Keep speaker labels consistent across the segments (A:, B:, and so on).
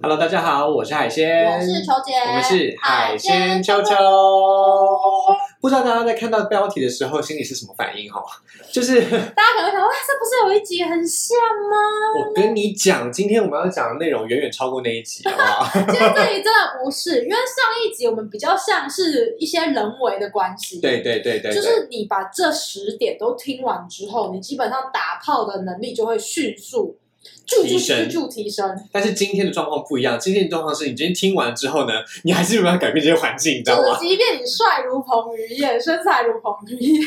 A: Hello，大家好，我是海鲜，
B: 我是球姐，
A: 我们是海鲜球球。不知道大家在看到标题的时候，心里是什么反应哦？ 就是
B: 大家可能会想，哇，这不是有一集很像吗？
A: 我跟你讲，今天我们要讲的内容远远超过那一集，好不 好？
B: 其实这里真的不是，因为上一集我们比较像是一些人为的关系，，
A: 对对对对，对
B: 就是你把这十点都听完之后，你基本上打炮的能力就会迅速。就
A: 提
B: 就
A: 升
B: 就就提升，
A: 但是今天的状况不一样，今天的状况是你今天听完之后呢，你还是没有办法改变这些环境，你知
B: 就
A: 道
B: 是
A: 吗？
B: 即便你帅如彭于晏，身材如彭 于晏，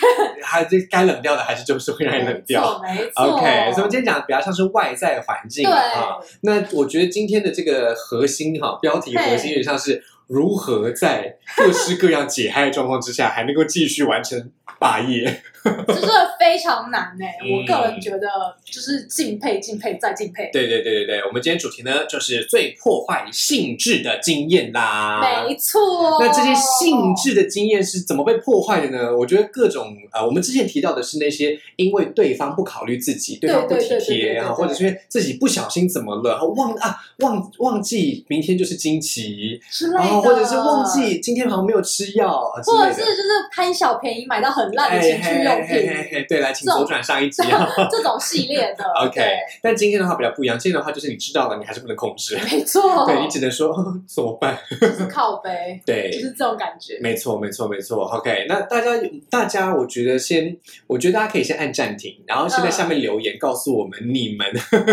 A: 还是该冷掉的，还是就是会让你冷
B: 没
A: 掉。
B: 错，没错。
A: OK，所以我们今天讲的比较像是外在环境
B: 对，
A: 啊。那我觉得今天的这个核心哈、标题核心有点像是如何在各式各样解嗨的状况之下，还能够继续完成霸业。
B: 这真的非常难呢、
A: 嗯
B: 我个人觉得就是敬佩、敬佩再敬佩。
A: 对对对对对，我们今天主题呢就是最破坏性质的经验啦。
B: 没错。
A: 啊那这些性质的经验是怎么被破坏的呢？我觉得各种呃，我们之前提到的是那些因为对方不考虑自己，对方不体
B: 对对对对
A: 贴
B: 对对
A: 啊，或者是因为自己不小心怎么了，忘啊忘忘记明天就是经期，
B: 之类的，
A: 然后哦或者是忘，记今天好像没有吃药啊之
B: 或者
A: 类
B: 是
A: 的。
B: 就是贪小便宜买到很烂
A: 哎
B: 的
A: 嘿
B: 情趣
A: 嘿
B: 用
A: 嘿
B: 品，
A: 嘿嘿，对，来，请
B: 这种
A: 左转上一集啊。
B: 这种系列的。
A: OK，
B: 对
A: 但今天的话比较不一样，今天的话就是你知道了，你还是不能控制，
B: 没错，
A: 对你只能说 哦怎么办？
B: 就是靠背，
A: 对，
B: 就是这种感觉。
A: 没错，没错，没错。OK，那大家大家，我觉得先，我觉得大家可以先按暂停，然后先在
B: 嗯
A: 下面留言告诉我们你们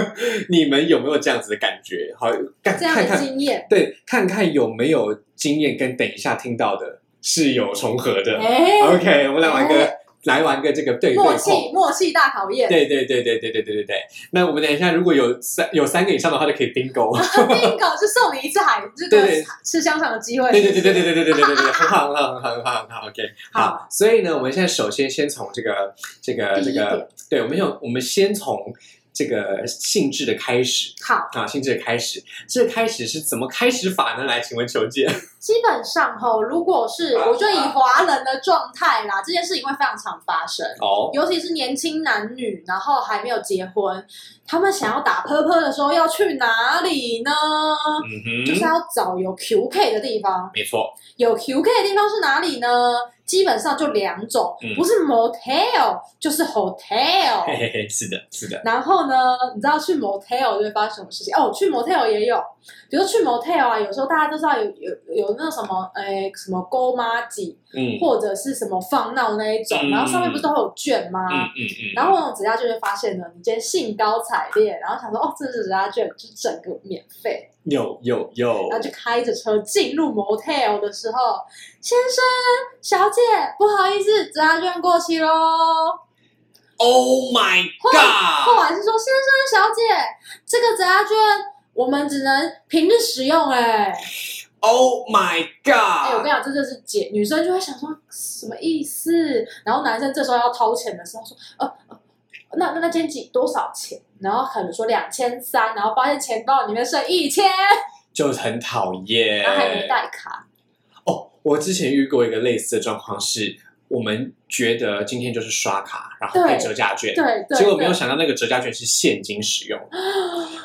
A: 你们有没有这样子的感觉？好，看
B: 这样
A: 看
B: 的
A: 看，
B: 经验，
A: 对，看看有没有经验跟等一下听到的是有重合的。
B: 哎，
A: OK，我们来玩个、
B: 哎
A: 来玩个这个对对
B: 默
A: 碰
B: 契。默契大考验。
A: 对对对对对对对对对，那我们等一下如果有三有三个以上的话，就可以 bingo。
B: bingo 就送你一次海这
A: 对
B: 个
A: 对
B: 吃香肠的机会。
A: 对对对对对对对对对对对，很好很好很好很好很好，OK，好
B: 好。
A: 所以呢，我们现在首先先从这个这个这
B: 第一
A: 个
B: 点，
A: 对，我们用我们先从这个性质的开始
B: 好，
A: 啊，性质的开始，这个开始是怎么开始法呢？来，请问球姐，
B: 基本上吼，如果是我觉得以华人的状态啦，这件事情会非常常发生。
A: 哦，
B: 尤其是年轻男女，然后还没有结婚，他们想要打泼泼的时候要去哪里呢？
A: 嗯
B: 就是
A: 哼，
B: 要找有 QK 的地方。
A: 没错，
B: 有 QK 的地方是哪里呢？基本上就两种
A: 嗯，
B: 不是 motel 就是 hotel。
A: 嘿嘿嘿，是的，是的，
B: 然后呢，你知道去 motel 就会发生什么事情？哦，去 motel 也有，比如去 motel 啊，有时候大家都知道有有有那什么，诶，什么勾妈几
A: 嗯
B: 或者是什么放闹那一种，
A: 嗯
B: 然后上面不是都会有券吗？
A: 嗯嗯嗯，
B: 然后那种指甲券就发现呢，你今天兴高采烈，然后想说哦，这是指甲券，就整个免费，
A: 有有有
B: 然，后就开着车进入 motel 的时候，先生、小姐，不好意思，指甲券过期喽。
A: Oh my
B: 后
A: God！
B: 来是说，先生、小姐，这个指甲券我们只能平日使用、哎，
A: Oh my
B: 哎，我跟
A: God！
B: 你讲，这就是姐女生就会想说什么意思，然后男生这时候要掏钱的时候说，呃，呃那那那今天几多少钱？然后可能说两千三，然后发现钱包里面剩一千，
A: 哎就很讨厌，
B: 然后还没带卡，
A: 哦，我之前遇过一个类似的状况是，我们觉得今天就是刷卡，然后
B: 对
A: 配折价券，
B: 对对，
A: 哎结果没有
B: 对
A: 想到那个折价券是现金使 用，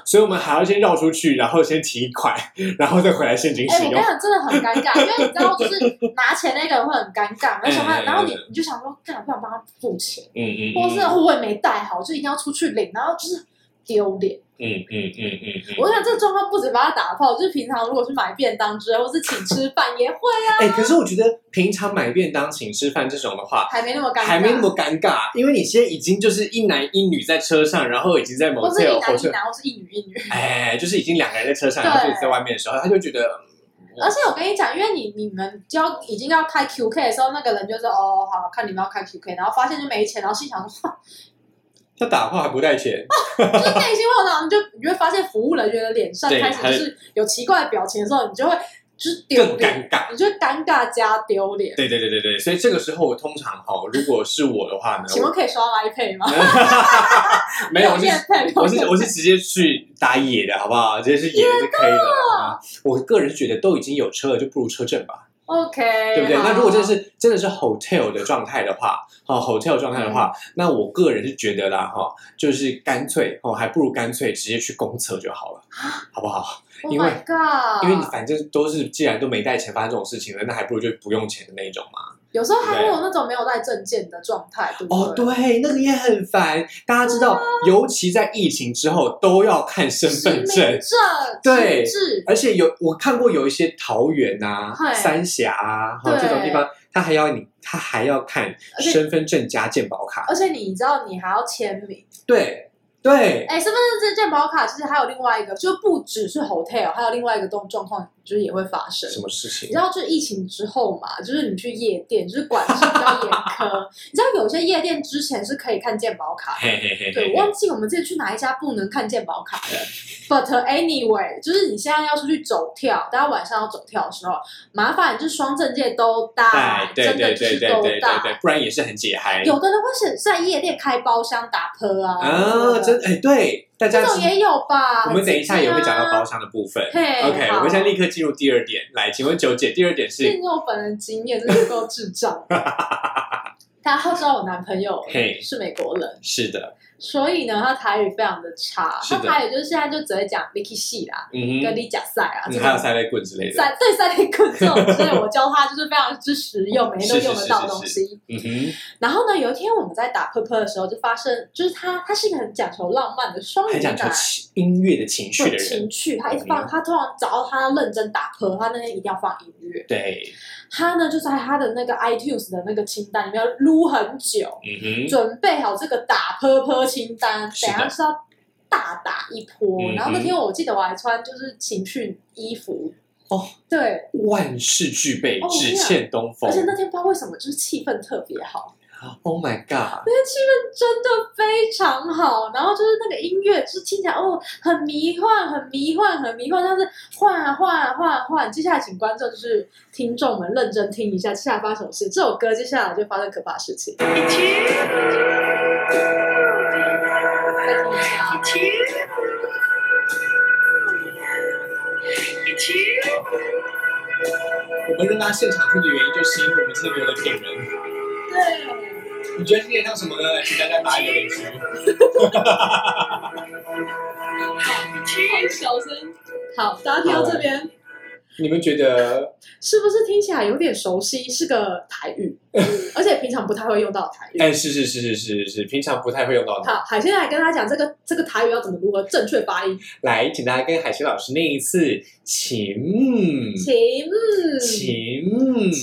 A: 所以我们还要先绕出去，然后先提款， 然后再回来现金
B: 哎、
A: 使
B: 我
A: 用
B: 跟你。讲，真的很尴尬，因为你知道，就是拿钱那个人会很尴 尬，然后想
A: 嗯
B: 办，然后你
A: 嗯
B: 你就想说，干嘛不想帮他付钱，
A: 嗯嗯，
B: 或是
A: 嗯
B: 我也没带好，就一定要出去领，然后就是丢脸。
A: 嗯嗯嗯嗯嗯，
B: 我想这个状况不止把他打炮，就是平常如果去买便当之类，或是请吃饭也会啊，
A: 哎，可是我觉得平常买便当请吃饭这种的话。
B: 还没那么尴尬，
A: 还没那么尴尬，因为你现在已经就是一男一女在车上，然后已经在某
B: 或是一
A: o 火
B: 男一
A: 车，
B: 男，或是一女一女。
A: 哎，就是已经两个人在车上，
B: 对
A: 然后自己在外面的时候，他就觉得嗯
B: 而且我跟你讲，因为你你们就要已经要开 QK 的时候，那个人就说哦好，看你们要开 QK，然后发现就没钱，然后心想说，
A: 他打话还不带钱，
B: 就是内心会有那种，就你会发现服务人员的脸上
A: 对
B: 开始就是有奇怪的表情的时候，你就会就是丢
A: 更
B: 脸，
A: 尴尬。
B: 你就会尴尬加丢脸。
A: 对对对对对，所以这个时候我通常哈、如果是我的话呢，
B: 请问可以刷 iPad 吗？
A: 我没有，我是
B: 业配吗
A: 我是我是直接去打野的好不好？直接去野的就可以了。啊我个人觉得都已经有车了，就不如车震吧。
B: OK，
A: 对不对？
B: 好
A: 那如果真的是真的是 hotel 的状态的话，哦，hotel 状态的话，
B: 嗯
A: 那我个人是觉得啦，哈、就是干脆哦，还不如干脆直接去公厕就好了，好不好？
B: ，Oh
A: 因为
B: my God，
A: 因为你反正都是既然都没带钱发生这种事情了，那还不如就不用钱的那种嘛。
B: 有时候还会有那种没有带证件的状态，对不啊
A: 哦，对，那个也很烦。大家知道，尤其在疫情之后，都要看身
B: 身份
A: 份证
B: 证。、纸
A: 对
B: 质
A: 而且有我看过有一些桃园啊、
B: 嗨
A: 三峡啊，哈
B: 对
A: 这种地方，他还要你，他还要看
B: 而且
A: 身份证加健保卡。
B: 而且你知道，你还要签名。
A: 对对，
B: 哎，身份证证健保卡其实还有另外一个，就不只是 hotel，还有另外一个动状况，就是也会发生。
A: 什么事
B: 你
A: 情
B: 知？道，就是疫情之后嘛，就是你去夜店，就是管制比较严苛。 你知道有些夜店之前是可以看健保卡的，
A: 嘿嘿嘿嘿
B: 对，我忘记我们之前去哪一家不能看健保卡了。But anyway，就是你现在要出去走跳，大家晚上要走跳的时候，麻烦你就是双证件都带，
A: 对对
B: 真的
A: 对
B: 就
A: 对对
B: 是
A: 对
B: 都
A: 对对
B: 带。，
A: 不然也是很解嗨。
B: 有的人会是在夜店开包厢打泼啊，
A: 啊，真哎对，大家
B: 这种也有啊吧？
A: 我们等一下也会讲到包
B: 厢。
A: 厢的部分。
B: 嘿
A: OK，
B: 好
A: 我们现在立刻进入第二点，来，请问九姐，第二点
B: 这
A: 是，
B: 是我本人经验，真是够 智障的。大家都知道我男朋友
A: 嘿
B: 是美国人，
A: 是的，
B: 所以呢，他台语非常的差。
A: 是
B: 他
A: 的
B: 台语就是现在就只会讲 Vicky 系啦，
A: 嗯
B: 跟
A: 哼，
B: 李甲赛啊，这
A: 嗯
B: 种
A: 还有塞雷棍之类的，
B: 三对三连棍这种，所以我教他就是非常之实用，每天都用得到的东
A: 是
B: 西。
A: 嗯哼，
B: 然后呢，有一天我们在打扑克的时候，就发生，就是他他是一个很讲求浪漫的双鱼
A: 很讲
B: 男
A: 求，情音乐的情绪的
B: 对
A: 人，
B: 情趣，他一直放，
A: 嗯
B: 他通常只要他要认真打扑克，他那天一定要放音乐。
A: 对，
B: 他呢就在他的那个 iTunes 的那个清单里面撸很久，
A: 嗯哼，
B: 准备好这个打扑克清单，等
A: 是的
B: 下是要大打一波。
A: 嗯哼
B: 然后那天我记得我还穿就是情趣衣服，
A: 哦，
B: 对，
A: 万事俱备
B: 哦，
A: 只
B: 对啊
A: 欠东风
B: 而。且那天不知道为什么，就是气氛特别好，
A: Oh my god！
B: 那天气氛真的非常好。然后就是那个音乐，就是听起来哦，很迷幻，很迷幻，很迷幻。但是换啊换啊换啊换，接下来请观众就是听众们认真听一下，接下来发生什么事？这首歌接下来就发生可怕的事情。再听一下，
A: 我们让大家现场听的原因，就是因为我们真的没有在骗人。
B: 对，
A: 你觉得今天像什么呢？请大家打一个邻居。
B: 太小声。好，大家听到这边，
A: 你们觉得？
B: 是不是听起来有点熟悉？是个台语，而且平常不太会用到的台语。
A: 哎但是是是是是是，平常不太会用到它。
B: 好，海鲜来跟他讲这个这个台语要怎么如何正确发音，
A: 来，请大家跟海鲜老师念一次“请
B: 请
A: 嗯请
B: 请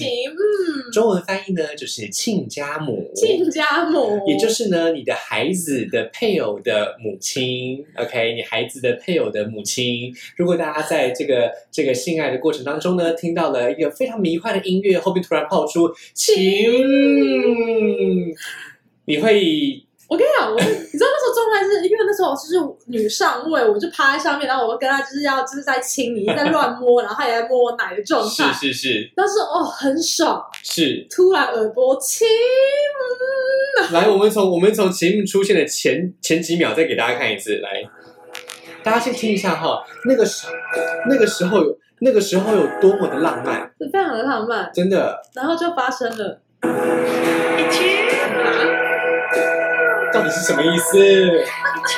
A: 中文翻译呢就是亲家母，
B: 亲家母，
A: 也就是呢你的孩子的配偶的母亲。OK，你孩子的配偶的母亲。如果大家在这个这个性爱的过程当中呢，听到了一个非常迷幻的音乐，后面突然爆出“请”，你会
B: 我跟你讲，我你知道那时候状态是因为那时候就是女上位，我就趴在上面，然后我跟他就是要就是在亲你，在乱摸，然后他也在摸我奶的状态，
A: 是是是
B: 但是哦很爽，
A: 是。
B: 突然耳波亲，
A: 来，我们从我们从节目出现的前前几秒再给大家看一次，来，大家先听一下哈，那个时那个时候有那个时候有多么的浪漫，
B: 这嗯非常的浪漫，
A: 真的，
B: 然后就发生了。
A: 到底是什么意思？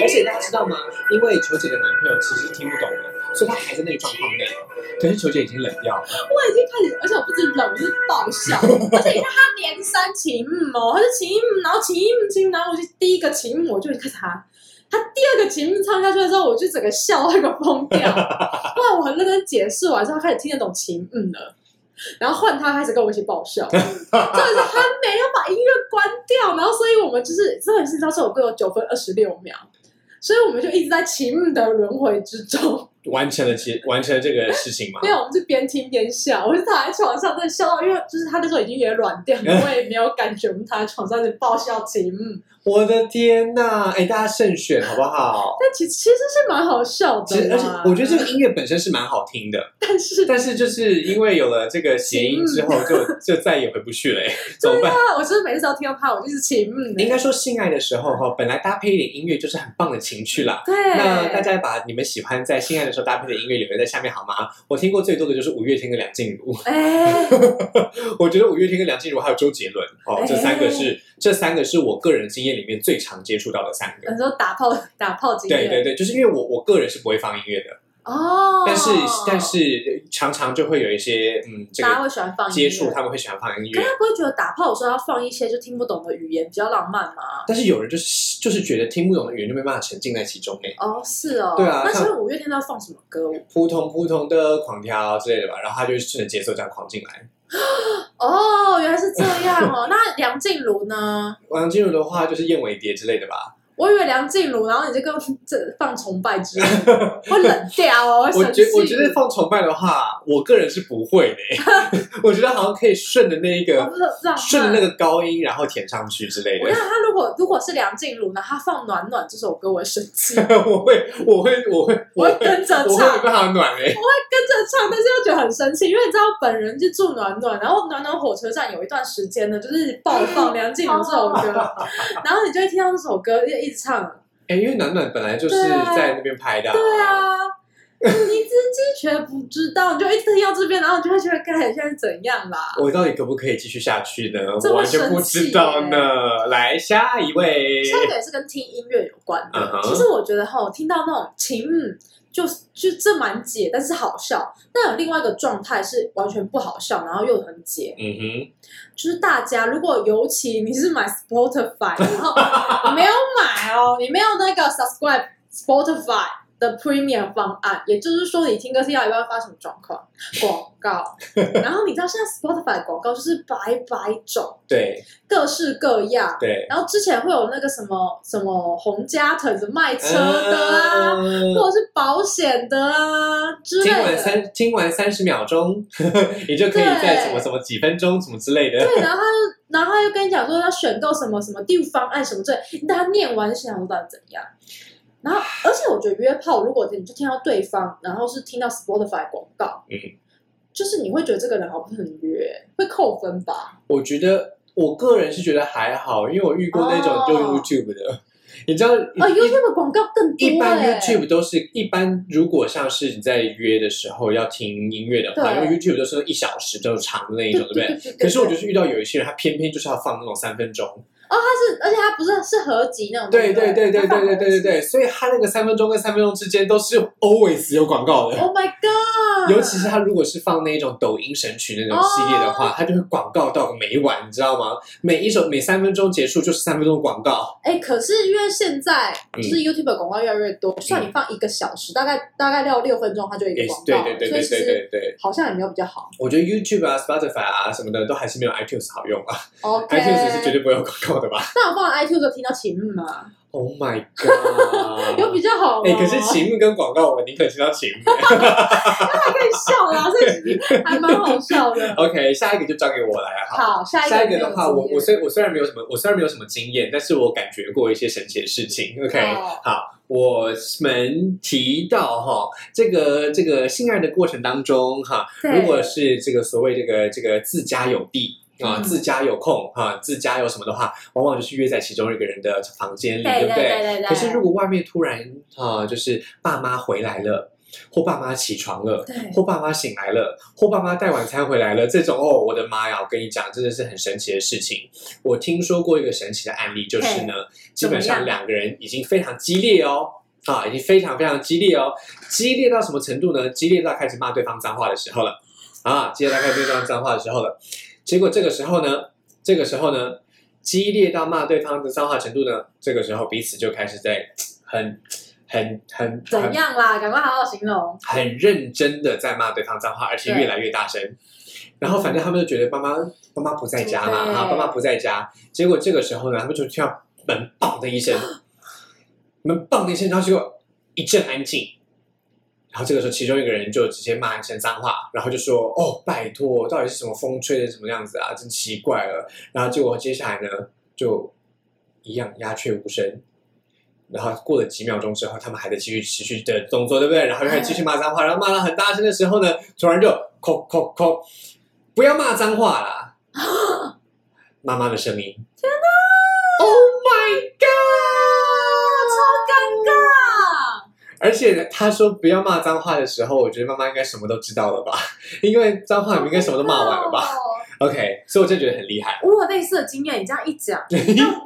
A: 而且大家知道吗？因为球姐的男朋友其实听不懂的，所以他还在那个状况内，可是球姐已经冷掉了，
B: 我已经开始，而且我不止冷，我是爆笑。而且你看他连三请嗯哦，他就请嗯，然后请嗯请，然后我就第一个请嗯，我就开始他。他第二个请嗯唱下去的时候，我就整个笑到一个疯掉。后来我很认真解释完之后，他开始听得懂请嗯了。然后换他开始跟我一起爆笑，真的是他没有把音乐关掉，然后所以我们就是真的是知道这首歌有九分二十六秒，所以我们就一直在请嗯的轮回之中。
A: 完成了其完成了这个事情吗？
B: 没有，我们是边听边笑。我是躺在床上，真的笑到，因为就是他那时候已经有点 软掉了，我也没有感觉。我们躺在床上就爆笑起，嗯，
A: 我的天呐，哎，大家慎选好不好？
B: 但其实其实是蛮好笑
A: 其实，
B: 的
A: 而且
B: 啦。
A: 我觉得这个音乐本身是蛮好听的，
B: 但是
A: 但是就是因为有了这个谐音之后，就就再也回不去了，哎怎么办？
B: 啊啊，我真的每次只要听到他，我就是起嗯，
A: 应该说性爱的时候哈，本来搭配一点音乐就是很棒的情趣啦。
B: 对。
A: 那大家把你们喜欢在性爱的的时候搭配的音乐留言在下面好吗？我听过最多的就是五月天跟梁静茹，
B: 哎，
A: 我觉得五月天跟梁静茹还有周杰伦哦，这三个是、这三个是我个人经验里面最常接触到的三个。
B: 你说打炮打炮经
A: 对
B: 验，
A: 对对，就是因为我我个人是不会放音乐的，
B: 哦，
A: 但是但是常常就会有一些嗯这
B: 大家
A: 个
B: 会喜欢放音乐
A: 接触，他们会喜欢放音
B: 可
A: 乐
B: 是，他不会觉得打炮的时候要放一些就听不懂的语言比较浪漫吗？
A: 但是有人就是就是觉得听不懂的语言就没办法沉浸在其中哎，
B: 哦，是哦，
A: 对啊
B: 那
A: 像
B: 请问五月天都要放什么歌？
A: 扑通扑通的狂跳之类的吧，然后他就顺着节奏这样狂进来。
B: 哦，原来是这样 哦。那梁静茹呢？
A: 梁静茹的话就是燕尾蝶之类的吧，
B: 我以为梁静茹，然后你就跟这放崇拜之类 的，会冷掉哦，会
A: 我
B: 生
A: 觉我
B: 气
A: 觉得放崇拜的话，我个人是不会的欸， 我觉得好像可以顺着那一
B: 好
A: 个
B: 不浪漫
A: 顺着那个高音，然后填上去之类
B: 我看
A: 的。
B: 他如果如果是梁静茹呢，他放《暖暖》这首歌，我会生气，
A: 我会我会我会我
B: 我会
A: 会
B: 跟着
A: 我
B: 唱
A: 会，办法暖哎，
B: 跟着唱，但是又觉得很生气，因为你知道本人就住暖暖，然后暖暖火车站有一段时间呢，就是爆 放梁静茹这首歌，然后你就会听到这首歌一直唱，
A: 哎，因为暖暖本来就是
B: 对啊
A: 在那边拍的，
B: 对，啊，你自己却不知道，你就一直听到这边，然后你就会觉得该现在怎样啦？
A: 我到底可不可以继续下去呢？
B: 这
A: 我
B: 么
A: 完全不知道呢。来下一位，
B: 下一个也是跟听音乐有关的。
A: 嗯哼
B: 其实我觉得哈，听到那种情嗯，就是就这蛮解，但是好笑。但有另外一个状态是完全不好笑，然后又很解。
A: 嗯哼，
B: 就是大家如果尤其你是买 Spotify，然后你没有买 哦，你没有那个 subscribe Spotify 的 Premium 方案，也就是说你听歌听到一半发生什么状况？广告。然后你知道现在 Spotify 广告就是百百种，
A: 对
B: 各式各样。
A: 对，
B: 然后之前会有那个什么什么洪家屯的卖车的啊，
A: 嗯
B: 或者是保险的啊之类
A: 呃听完
B: 的。
A: 三听完三十秒钟， 你就可以在
B: 对
A: 什么什么几分钟什么之类的。
B: 对，然后他就，然后他又跟你讲说要选购什么什么地方案什么之类，你等他念完就想说到底怎样。然后，而且我觉得约炮，如果你就听到对方，然后是听到 Spotify 广告，
A: 嗯，
B: 就是你会觉得这个人好像很约，会扣分吧？
A: 我觉得我个人是觉得还好，因为我遇过那种丢
B: 哦
A: YouTube 的，你知道，
B: 哦
A: 一
B: ，YouTube 广告更多、欸、
A: 一般 YouTube 都是一般，如果像是你在约的时候要听音乐的话，因
B: 对
A: 为 YouTube 都是一小时就长的那一
B: 对
A: 种，对不
B: 对对
A: 对？
B: 对对
A: 可是我就是遇到有一些人，他偏偏就是要放那种三分钟，
B: 是，而且它不是是合集那种，
A: 对
B: 不
A: 对对对
B: 它
A: 对
B: 放
A: 对对
B: 合
A: 对
B: 集
A: 对，所以他那个三分钟跟三分钟之间都是 always 有广告的，
B: Oh my god！
A: 尤其是他如果是放那种抖音神曲那种系列的
B: 哦
A: 话，他就会广告到没完，你知道吗？每一首每三分钟结束就是三分钟的广告，
B: 哎、可是因为现在
A: 嗯
B: 就是 YouTube 的广告越来越多，就算你放一个小时，大概大概要六分钟，它就有一
A: 也
B: 个
A: 是
B: 广告
A: 对
B: 了，
A: 对对
B: 所
A: 对
B: 以
A: 对
B: 其
A: 对
B: 实
A: 对。
B: 好像也没有比较好。
A: 我觉得 YouTube 啊、Spotify 啊什么的都还是没有 iTunes 好用啊
B: OK，
A: ，iTunes 是绝对不会有广告的吧
B: 那我放 iTunes 就听到情目嘛，
A: ？Oh my
B: 有
A: god！
B: 比较好吗？
A: 哎、可是 情目跟广告，我宁可听到情目。
B: 太笑啦，所以其实还蛮好笑的。
A: OK，下一个就交给我来啊好。
B: 好，下一
A: 下一
B: 个
A: 个
B: 没有
A: 的话，我
B: 经验
A: 我虽我虽然没有什么，我虽然没有什么经验，但是我感觉过一些神奇的事情。OK，、
B: 哦
A: 好，我们提到哈，这个这个性爱的过程当中哈，
B: 对
A: 如果是这个所谓这个这个自家有地。啊，
B: 嗯
A: 自家有空啊，自家有什么的话，往往就是约在其中一个人的房间里，
B: 对
A: 不
B: 对对对，
A: 可是如果外面突然啊、就是爸妈回来了，或爸妈起床了，
B: 对
A: 或爸妈醒来了，或爸妈带晚餐回来了，这种哦，我的妈呀！我跟你讲，真的是很神奇的事情。我听说过一个神奇的案例，就是呢，基本
B: 怎
A: 上
B: 么样
A: 两个人已经非常激烈哦，啊，已经非常非常激烈哦，激烈到什么程度呢？激烈到开始骂对方脏话的时候了，啊，激烈到开始骂对方脏话的时候了。结果这个时候呢，这个时候呢，激烈到骂对方的脏话程度呢，这个时候彼此就开始在很很很很
B: 怎样啦？赶快好好形容。
A: 很认真的在骂对方脏话，而且越来越大声。然后反正他们就觉得爸妈爸妈不在家嘛，
B: 对
A: 啊，爸妈不在家。结果这个时候呢，他们就听到门砰的一声，门砰的一声，然后结果一阵安静。然后这个时候，其中一个人就直接骂一声脏话，然后就说：“哦，拜托，到底是什么风吹的什么样子啊？真奇怪了。”然后结果接下来呢，就一样鸦雀无声。然后过了几秒钟之后，他们还在继续持续的动作，对不对？然后又开始继续骂脏话，然后骂到很大声的时候呢，突然就扣扣扣，不要骂脏话啦！妈妈的声音，天哪！Oh my
B: 啊
A: god！
B: 超尴尬！
A: 而且他说不要骂脏话的时候，我觉得妈妈应该什么都知道了吧？ 因为脏话你们应该什么都骂完了吧
B: 哦
A: ？OK，所以我真的觉得很厉害。
B: 我有类似的经验，你这样 一讲，但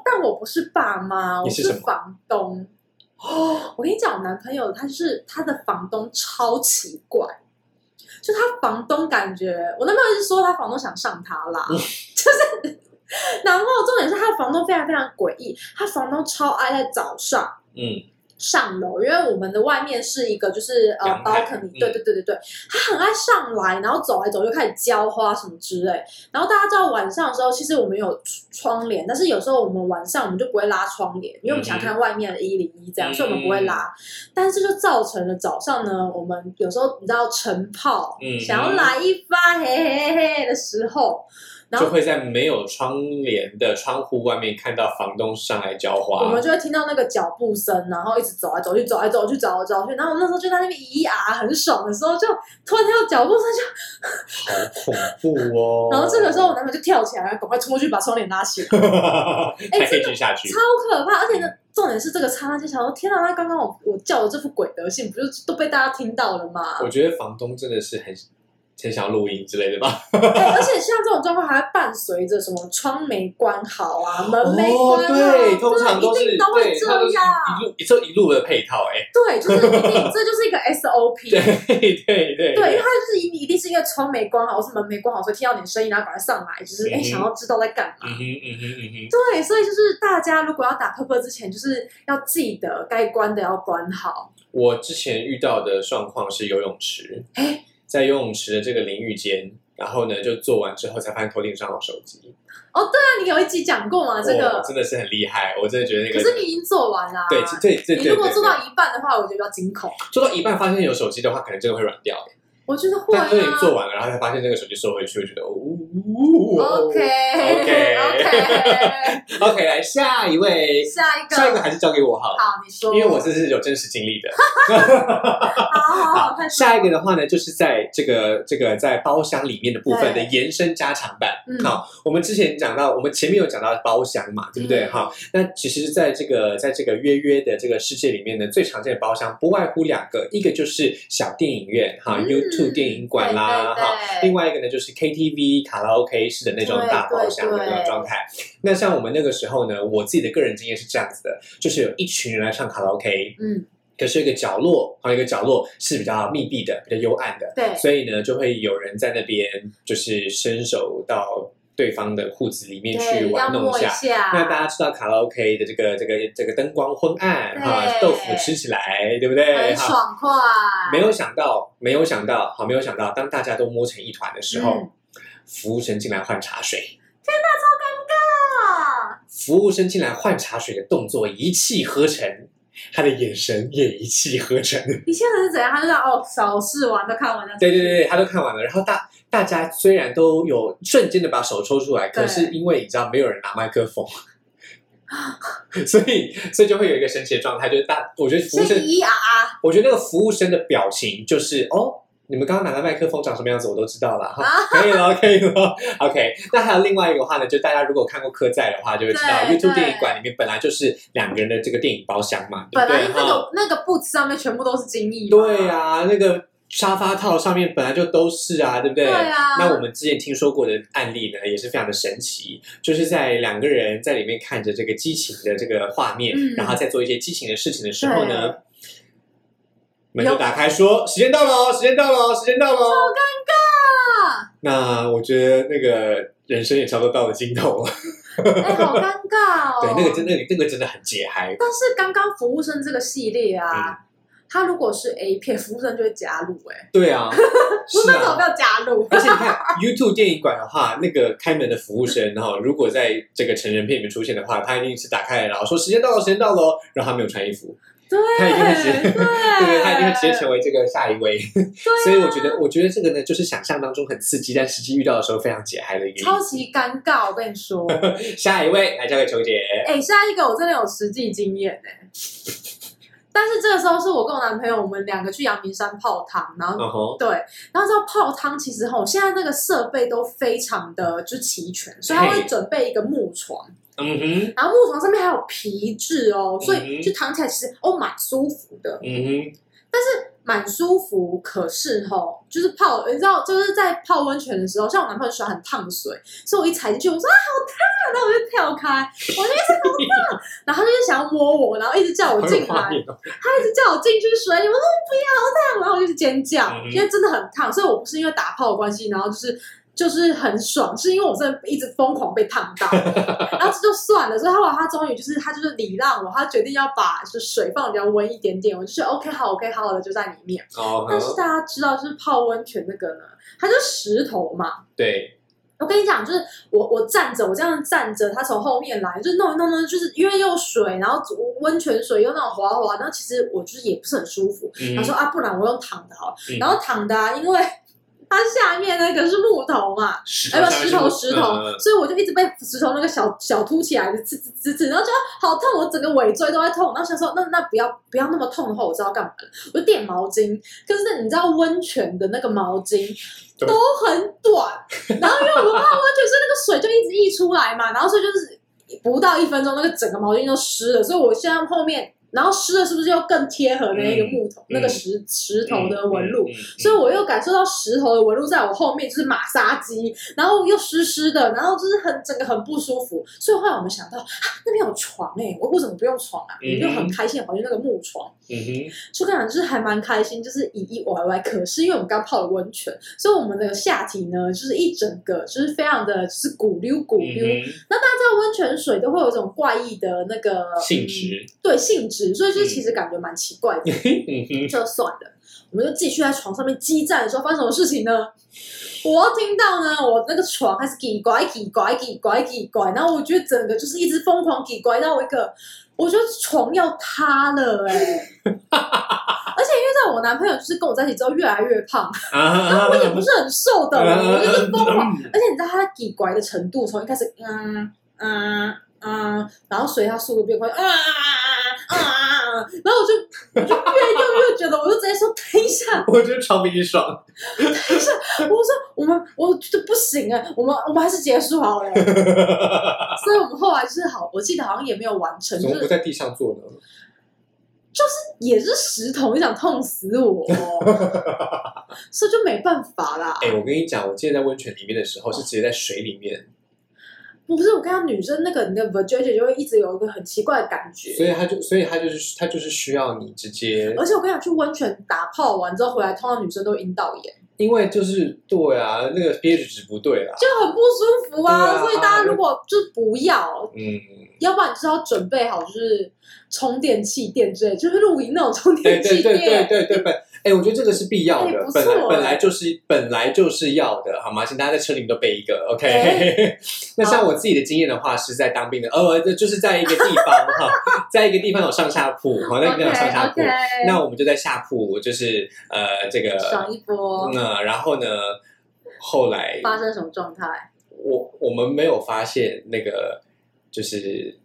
B: 但我不是爸妈，我
A: 你是什么
B: 房东。哦，我跟你讲，我男朋友他是他的房东超奇怪，就他房东感觉，我男朋友是说他房东想上他啦，
A: 嗯
B: 就是，然后重点是他的房东非常非常诡异，他房东超爱在早上。
A: 嗯，
B: 上楼，因为我们的外面是一个就是呃
A: 阳台
B: balcony，
A: 嗯
B: 对对对对对，他很爱上来，然后走来走去开始浇花什么之类。然后大家知道晚上的时候，其实我们有窗帘，但是有时候我们晚上我们就不会拉窗帘，因为我们想看外面的一零一这样，
A: 嗯
B: 所以我们不会拉。但是就造成了早上呢，我们有时候你知道晨泡，
A: 嗯
B: 想要来一发嘿嘿嘿的时候，然后
A: 就会在没有窗帘的窗户外面看到房东上来浇
B: 我
A: 花
B: 们。就会听到那个脚步声，然后一直走来走去，走来走去，走来走去。然后我那时候就在那边咿咿啊啊，很爽的时候，就突然听到脚步声 就，
A: 好恐怖哦！
B: 然后这 个时候我男朋友就跳起来，赶快冲过去把窗帘拉起来，超哎
A: 还可以继续下去。
B: 可怕。而且呢，重点是这个刹那就想说，天哪，那刚刚我我叫的这副鬼德性，不就都被大家听到了吗？
A: 我觉得房东真的是很很想要录音之类的吧？
B: 哎而且像这种状况还会伴随着什么窗没关好啊，门没
A: 哦
B: 关，啊，
A: 对，通常
B: 对啊
A: 都
B: 一
A: 是
B: 定都
A: 对，
B: 会
A: 他都
B: 这
A: 是
B: 样。啊
A: 一路就一路的配套，哎，
B: 对，就是一定，这就是一个 SOP。
A: 对对对
B: 对，因为他就是一一定是因为窗没关好，或是门没关好，所以听到你的声音，然后赶快上来，就是哎、
A: 嗯哼
B: 想要知道在干嘛。
A: 嗯哼嗯哼嗯哼。
B: 对，所以就是大家如果要打 p u 之前，就是要记得该关的要关好。
A: 我之前遇到的状况是游泳池
B: 哎，
A: 在游泳池的这个淋浴间，然后呢就做完之后才发现头顶上有手机，
B: 那你有一集讲过啊嘛？这
A: 哇
B: 个，
A: 真的是很厉害，我真的觉得那
B: 可
A: 哦个
B: 是你已经做完啦、
A: 对对对对，
B: 你如果
A: 对
B: 做
A: 对
B: 到一半的话，我觉得要惊恐。
A: 做到一半发现有手机的话，可能真的会软掉。
B: 我觉得会
A: 但都已经
B: 啊。
A: 做完了，然后才发现这个手机收回去，我觉得哦
B: OK
A: OK
B: OK，
A: OK，来下一位，
B: 下一个，
A: 下一个还是交给我好了，
B: 好，你说，
A: 因为我这是有真实经历 的。
B: 好好好，看
A: 下一个的话呢，就是在这个这个在包厢里面的部分的
B: 对
A: 延伸加长版。
B: 嗯
A: 好，我们之前讲到，我们前面有讲到包厢嘛，对不对？
B: 嗯
A: 哈、那其实在这个在这个约约的这个世界里面呢，最常见的包厢不外乎两个，一个就是小电影院哈、
B: 嗯
A: y o u t u b e 电影馆啦，
B: 对
A: 哈、
B: 对对
A: 另外一个呢，就是 KTV 卡拉 OK 式的那种
B: 对
A: 大包
B: 对
A: 厢的那种
B: 对
A: 状态。那像我们那个时候呢，我自己的个人经验是这样子的，就是有一群人来唱卡拉 OK，
B: 嗯，
A: 可是有一个角落，还有一个角落是比较密闭的、比较幽暗的，
B: 对，
A: 所以呢，就会有人在那边就是伸手到对方的裤子里面去
B: 对，要
A: 玩弄
B: 摸
A: 一
B: 一
A: 下。
B: 下，
A: 那大家知道卡拉 OK 的这个这个这个灯光昏暗
B: 对
A: 哈，豆腐吃起来，对不对？
B: 很
A: 哈，
B: 爽快，
A: 哎没有想到，没有想到，好，没有想到，当大家都摸成一团的时候，
B: 嗯
A: 服务生进来换茶水，
B: 啊，
A: 服务生进来换茶水的动作一气呵成，他的眼神也一气呵成。
B: 你现在是怎样？他就让哦，小事完都看完了，
A: 对对对，对他都看完了。然后大大家虽然都有瞬间的把手抽出来，
B: 对
A: 可是因为你知道没有人拿麦克风， 所以所以就会有一个神奇的状态，就是大我觉得服务
B: 是
A: 生，
B: 咿咿啊啊
A: 我觉得那个服务生的表情就是哦。你们刚刚拿的麦克风长什么样子，我都知道了哈，
B: 啊
A: 可以了， 可以了，OK。那还有另外一个话呢，就大家如果看过《客在》的话，就会知道
B: 对
A: YouTube
B: 对
A: 电影馆里面本来就是两个人的这个电影包厢嘛，对
B: 本
A: 不对？
B: 来那
A: 哈
B: 个那个 boots 上面全部都是精益，
A: 对、啊，那个沙发套上面本来就都是啊，对不对？
B: 对啊
A: 那我们之前听说过的案例呢，也是非常的神奇，就是在两个人在里面看着这个激情的这个画面，
B: 嗯
A: 然后再做一些激情的事情的时候呢。门就打开说，时间到了哦，时间到了哦，时间到了哦。
B: 啊，
A: 那我觉得那个人生也差不多到了尽头了。
B: 哎、好尴尬哦，
A: 对，那个真，那个那个真的很解嗨。
B: 但是刚刚服务生这个系列
A: 嗯
B: 啊，他如果是 A 片，服务生就会加入、哎，
A: 对 啊，
B: 服务
A: 是
B: 生怎
A: 啊
B: 么没。有加入？
A: 而且你看 YouTube 电影馆的话，那个开门的服务生哈，如果在这个成人片里面出现的话，他一定是打开来，然后说时间到了，时间到了哦，然后他没有穿衣服，
B: 对，
A: 他一定会直接
B: 对，
A: 对对，他一定会直接成为这个下一位。
B: 啊
A: 所以我觉得，我觉得这个呢，就是想象当中很刺激，但实际遇到的时候非常解嗨的一个
B: 超
A: 例
B: 级尴尬，我跟 你说。
A: 子。下一位来交给球姐，
B: 哎、下一个我真的有实际经验哎、但是这个时候是我跟我男朋友，我们两个去阳明山泡汤，然后、
A: 嗯哼，
B: 对，然后知道泡汤其实吼，现在那个设备都非常的就齐全，所以他会
A: 嘿
B: 准备一个木床，
A: 嗯哼，
B: 然后木床上面还有皮质哦，所
A: 嗯
B: 以
A: 哼
B: 就躺起来其实哦蛮舒服的。
A: 嗯哼，
B: 但是蛮舒服。可是吼，就是泡，你知道，就是在泡温泉的时候，像我男朋友喜欢很烫的水，所以我一踩进去，我说啊好烫，然后我就跳开，我就一直 好烫，然后他就想要摸我，然后一直叫
A: 好
B: 我
A: 有
B: 进
A: 画
B: 来，
A: 面哦
B: 他一直叫我进去水里，我说我不要，好烫，然后我就是尖叫，
A: 嗯
B: 因为真的很烫，所以我不是因为打炮的关系，然后就是。就是很爽，是因为我真的一直疯狂被烫 到，然后这就算了。所以后来他终于就是他就是礼让我，他决定要把就是水放得比较温一点点，我就说 OK 好 OK 好好的就在里面。
A: 哦，
B: 但是
A: 嗯
B: 大家知道，就是泡温泉那个呢，它就石头嘛，
A: 对，
B: 我跟你讲，就是我我站着，我这样站着，他从后面来，就是弄一弄弄，就是因为又水，然后温泉水又那种滑滑，然后其实我就是也不是很舒服。
A: 嗯
B: 他说啊，不然我用躺的好了，
A: 嗯
B: 然后躺的、啊，因为 它下面那个是木头嘛，
A: 石
B: 哎不
A: 上面
B: 石头
A: 就
B: 石
A: 嗯
B: 头，所以我就一直被石头那个小小凸起来的刺刺刺刺，然后就好痛，我整个尾椎都在痛。然后想说，那那不要不要那么痛的话，我知道干嘛了，我就垫毛巾。可是你知道温泉的那个毛巾
A: 对
B: 都很短，然后因为我们泡温泉，所以那个水就一直溢出来嘛，然后所以就是不到一分钟，那个整个毛巾就湿了。所以我现在后面，然后湿了是不是又更贴合那个
A: 嗯
B: 木头、那个石石头的纹路？
A: 嗯嗯嗯
B: 所以我又感受到石头的纹路在我后面，就是马杀鸡，然后又湿湿的，然后就是很整个很不舒服。所以后来我们想到，啊、那边有床哎、我为什么不用床啊？我们就很开心地跑去那个木床，
A: 嗯哼，
B: 就跟你讲，就是还蛮开心，就是以一歪歪。可是因为我们刚泡了温泉，所以我们的下体呢，就是一整个就是非常的就是鼓溜鼓
A: 嗯
B: 溜。
A: 哼
B: 那大家知道温泉水都会有一种怪异的那个
A: 性，质，
B: 嗯对性质，所以就是其实感觉蛮奇怪的。
A: 嗯哼，
B: 就算了，我们就继续在床上面激战的时候，发生什么事情呢？我听到呢，我那个床开始叽拐叽拐叽拐叽拐，然后我觉得整个就是一直疯狂叽拐到我一个，我觉得床要塌了 哎、而且因为在我男朋友就是跟我在一起之后越来越胖，然
A: 啊，
B: 后我也不是呃很瘦的人，我就是疯狂
A: 嗯
B: 而且你知道他底拐的程度，从一开始嗯嗯嗯，然后随着他速度变快，啊啊啊啊啊，然后我就我就越用越觉得，我就直接说等一下，
A: 我觉得超比你爽，
B: 我说我们我就不行啊，我们我们还是结 束好了。所以我们后来就是好，我记得好像也没有完成，
A: 怎么
B: 就
A: 不
B: 是
A: 在地上坐呢？
B: 也是石头，你想痛死 我，所以就没办法啦。
A: 哎，我跟你讲，我之前在温泉里面的时候是直接在水里面，
B: 不是我跟他女生那个你的 vagina 就会一直有一个很奇怪的感觉，
A: 所以他就，所以他就是他就是需要你直接，
B: 而且我跟你讲，去温泉打泡完之后回来，通常女生都阴道炎，
A: 因为就是对啊，那个 pH 值不对啦，
B: 就很不舒服啊。
A: 对啊
B: 所以大家如果就是不要，
A: 嗯，
B: 要不然就是要准备好就是充电器垫之类，就是露营那种充
A: 对
B: 电
A: 对
B: 器
A: 对对
B: 垫。
A: 对对本，哎，我觉得这个是必要
B: 哎
A: 的
B: 不，
A: 本
B: 错
A: 来本
B: 哎
A: 来就是本来就是要的，好吗？请大家在车里面都备一个，OK
B: 哎。
A: 那像我自己的经验的话，是在当兵的，呃，就是在一个地方哈，在一个地方有上下铺，好，在一个地方
B: OK
A: 有上下铺
B: OK，，
A: 那我们就在下铺，就是呃这个，
B: 爽一波。
A: 嗯，然后呢，后来
B: 发生什么状态？
A: 我我们没有发现那个，就是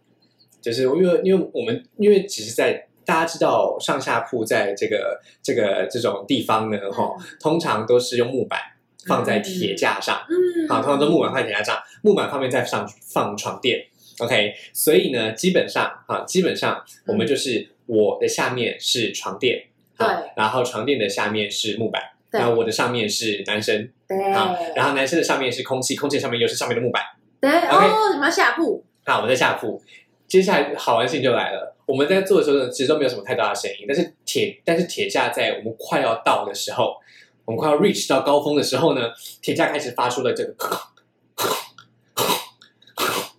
A: 就是因为因为我们因为只是在大家知道上下铺在这个这个这种地方呢，吼，通常都是用木板放在铁架上，
B: 嗯，
A: 好，通啊常都木板放在铁架上，木板方面再上放床垫，OK，所以呢，基本上啊，基本上我
B: 嗯
A: 们就是我的下面是床垫，
B: 对
A: 好，然后床垫的下面是木板，
B: 对
A: 然后我的上面是男生，
B: 对
A: 好，然后男生的上面是空气，空气上面又是上面的木板。
B: 对
A: OK
B: 哦，你们要下 铺，
A: 那我们在下铺，接下来好玩性就来了。我们在做的时候呢，其实都没有什么太大的声音，但是铁但是铁架在我们快要到的时候，我们快要 reach 到高峰的时候呢，铁架开始发出了这个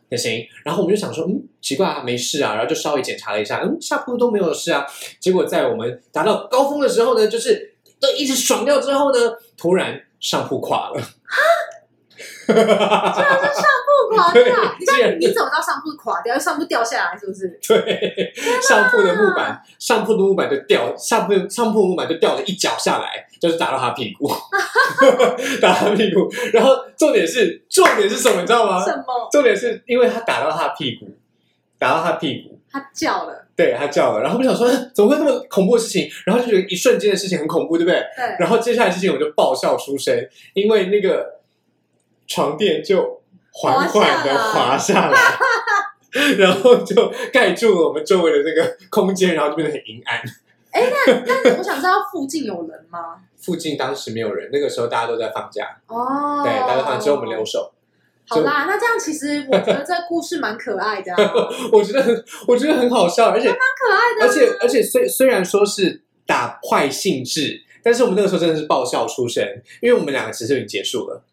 A: 的声音，然后我们就想说，嗯，奇怪啊，没事啊，然后就稍微检查了一下，嗯，下铺都没有事啊。结果在我们达到高峰的时候呢，就是都一直爽掉之后呢，突然上铺垮了。
B: 这样是上铺垮
A: 对
B: 掉。你
A: 竟然
B: 看你怎么知道上铺垮掉？上铺掉下来是不是？
A: 对， 上铺的木板，上铺的木板就掉，上铺上铺的木板就掉了一脚下来，就是打到他屁股， 打他屁股。然后重点是，重点是什么，你知道吗？
B: 什么？
A: 重点是因为他打到他屁股，打到他屁股，
B: 他叫了，
A: 对他叫了。然后我想说，呃怎么会这么恐怖的事情？然后就觉得一瞬间的事情很恐怖，对不对？
B: 对，
A: 然后接下来的事情我就爆笑出声，因为那个床垫就缓缓的滑
B: 滑
A: 下来， 然后就盖住了我们周围的那个空间，然后就变得很阴暗。
B: 哎，那那我想知道附近有人吗？
A: 附近当时没有人，那个时候大家都在放假，
B: 哦，
A: 对，大家都放假，只有我们留守。
B: 好啦，那这样其实我觉得这故事蛮可爱 的、啊，蛮
A: 我觉得很，我觉得很好笑，而且
B: 可爱的啊、
A: 而且而且虽虽然说是打坏兴致，但是我们那个时候真的是爆笑出声，因为我们两个其实已经结束了，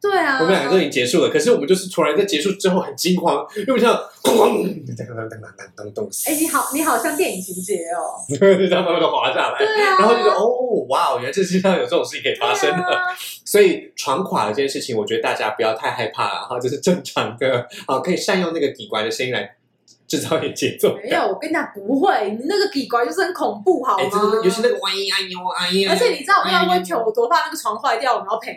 B: 对啊，
A: 我们两个都已经结束了，可是我们就是突然在结束之后很惊慌，因为我们像哐哐当当当当当当咚，
B: 哎，你好，你好像电影情节哦，
A: 就这样慢慢的滑下来，
B: 对啊，
A: 然后就觉得哦哇哦，原来这世界上有这种事情可以发生
B: 对
A: 的，
B: 啊
A: 所以床垮了这件事情，我觉得大家不要太害怕啊，哈这是正常的啊，可以善用那个底管的声音来制造一点节奏
B: 没
A: 感。
B: 有，我跟你讲不会，你那个底瓜就是很恐怖，好吗？
A: 哎，真的，尤其那个万一哎呦哎呀，
B: 而且你知道我
A: 哎
B: 在
A: 呦
B: 温泉，我多怕那个床坏
A: 呃
B: 掉，我们要赔、